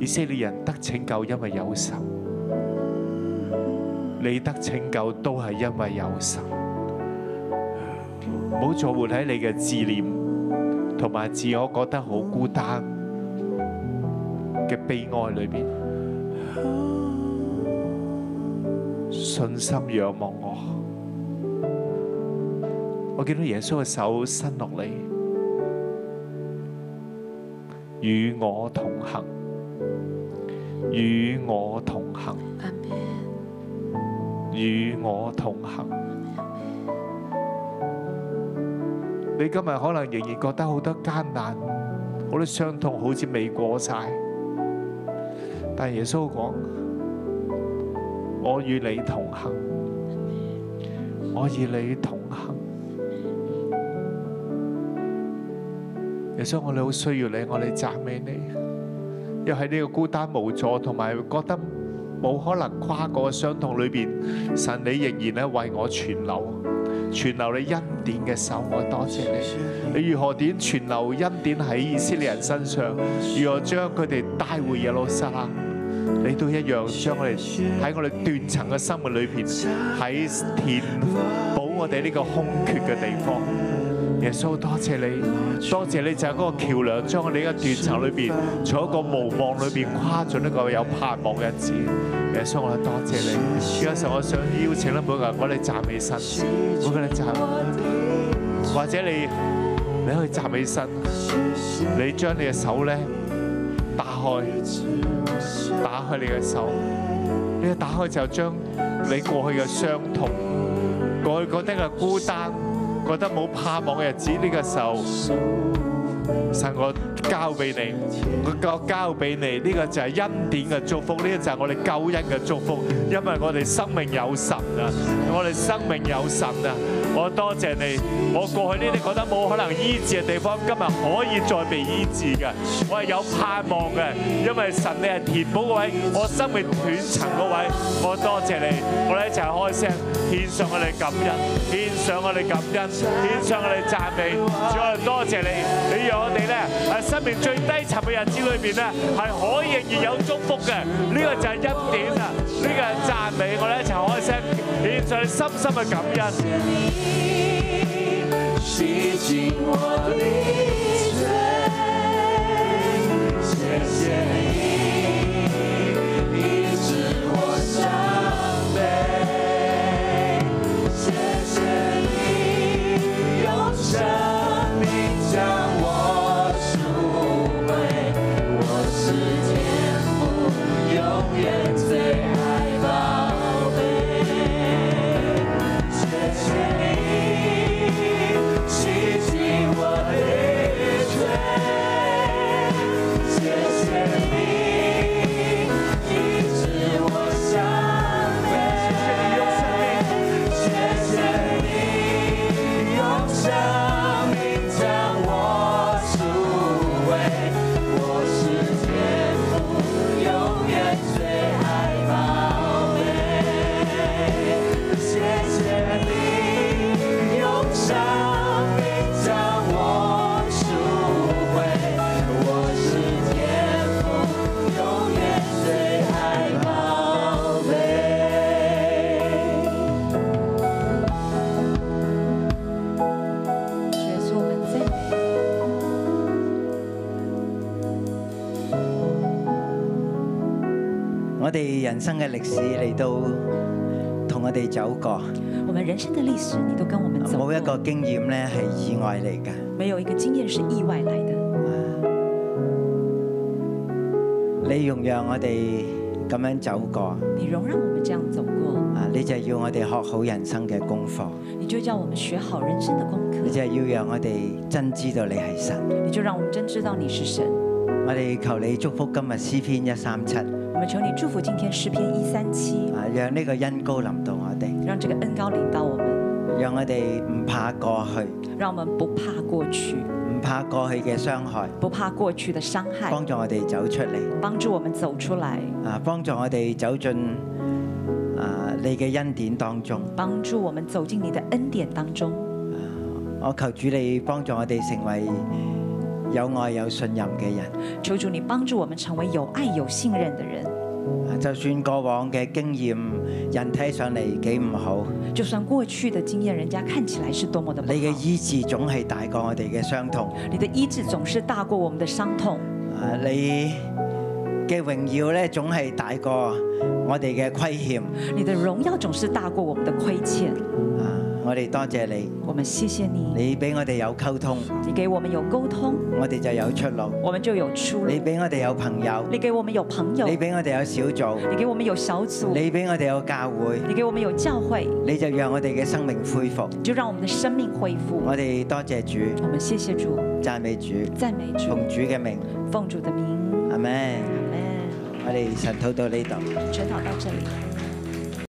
以色列人得拯救，因為有神。你得拯救都係因為有神。唔好再活喺你嘅自念同埋自我覺得好孤單嘅悲哀裏邊。信心仰望我，我見到耶穌嘅手伸落嚟，與我同行，與我同行。阿門。與我同行。你今日可能仍然覺得好多艱難，好多傷痛好似未過晒，但耶穌講：我與你同行，我與你同行。耶穌，我哋好需要你，我哋讚美你，因為喺呢個孤單無助同埋覺得冇可能跨過嘅傷痛裏邊。神你仍然咧為我存留，存留你恩典嘅手，我多謝你。你如何點存留恩典喺以色列人身上？如何將佢哋帶回耶路撒冷？你都一樣將我哋喺我哋斷層嘅生活裏邊，喺填補我哋呢個空缺嘅地方。耶穌多謝你，多謝你就係嗰個橋梁，將我哋呢個斷層裏邊，從一個無望裏邊跨進一個有盼望嘅日子。耶穌，我哋多謝你。有時候我想邀請咧每個人，我哋站起身，每個人站，或者你你可以站起身，你將你嘅手咧打開，打開你嘅手，你一打開就將你過去嘅傷痛，過去覺得嘅孤單，覺得冇盼望嘅日子，呢個時候神我交俾你，我我交俾你，呢、個就係恩典嘅祝福，呢、個就係我哋救恩嘅祝福，因為我哋生命有神啊，我哋生命有神啊，我多謝你，我過去呢啲覺得冇可能醫治嘅地方，今日可以再被醫治嘅，我係有盼望嘅，因為神你係填補嗰位，我生命斷層嗰位，我多謝你，我哋一齊開聲獻上我哋感恩，獻上我哋感恩，獻上我哋讚美，主我哋多謝你。你讓我哋咧喺生命最低沉嘅日子裏邊咧，係可以仍然有祝福嘅。呢、個就係恩典啊！呢、個係讚美，我哋一齊開聲，獻上你深深嘅感恩。耶稣，我们赞美我哋人生嘅歷史你都同我哋走過，你我们人生的历史，你都跟我们走过冇一個經驗呢係意外嚟嘅。没有一个经验是意外来的。你容讓我哋咁樣走過，你容让我们这样走过，啊，你就要我哋學好人生嘅功課，你就叫我们学好人生的功你就课，要讓我哋真知道你係神。你就让我们真知道你是神。我哋求你祝福今日詩篇一三七，我们求你祝福今天诗篇一三七，啊，讓呢個恩高臨到我哋，让这个恩高领到我们，讓我哋唔怕過去，让我们不怕过去，唔怕過去嘅傷害，不怕过去的伤害，幫助我哋走出嚟。帮助我们走出来，啊，幫助我哋走進啊你嘅恩典當中。帮助我们走进你的恩典当中。我求主你幫助我哋成為有愛有信任嘅人。求主你帮助我们成为有爱有信任的人。啊就算過往嘅經驗，人睇上嚟幾唔好，就算过去的经验，人家看起来是多么的不你好，嘅醫治總係大過我哋嘅傷痛。你的医治总是大过我们的伤痛，啊，你嘅榮耀咧總係大過我哋嘅虧欠。你的荣耀总是大过我们的亏欠。啊，我哋多謝你，我们谢谢你，你俾我哋有溝通，你给我们有沟通，我哋就有出路。我们就有出路你。俾我哋有朋友，你给我们有朋友，你俾我哋有小組。你给我们有小组，你俾我哋有教會，你给我们有教会，你就讓我哋嘅生命恢復。就让我们的生命恢复。我哋多謝主，我们谢谢主，讚美主，赞美主，奉主嘅名，奉主的名，阿阿 m 门。我哋神討到呢度。全祷到这里。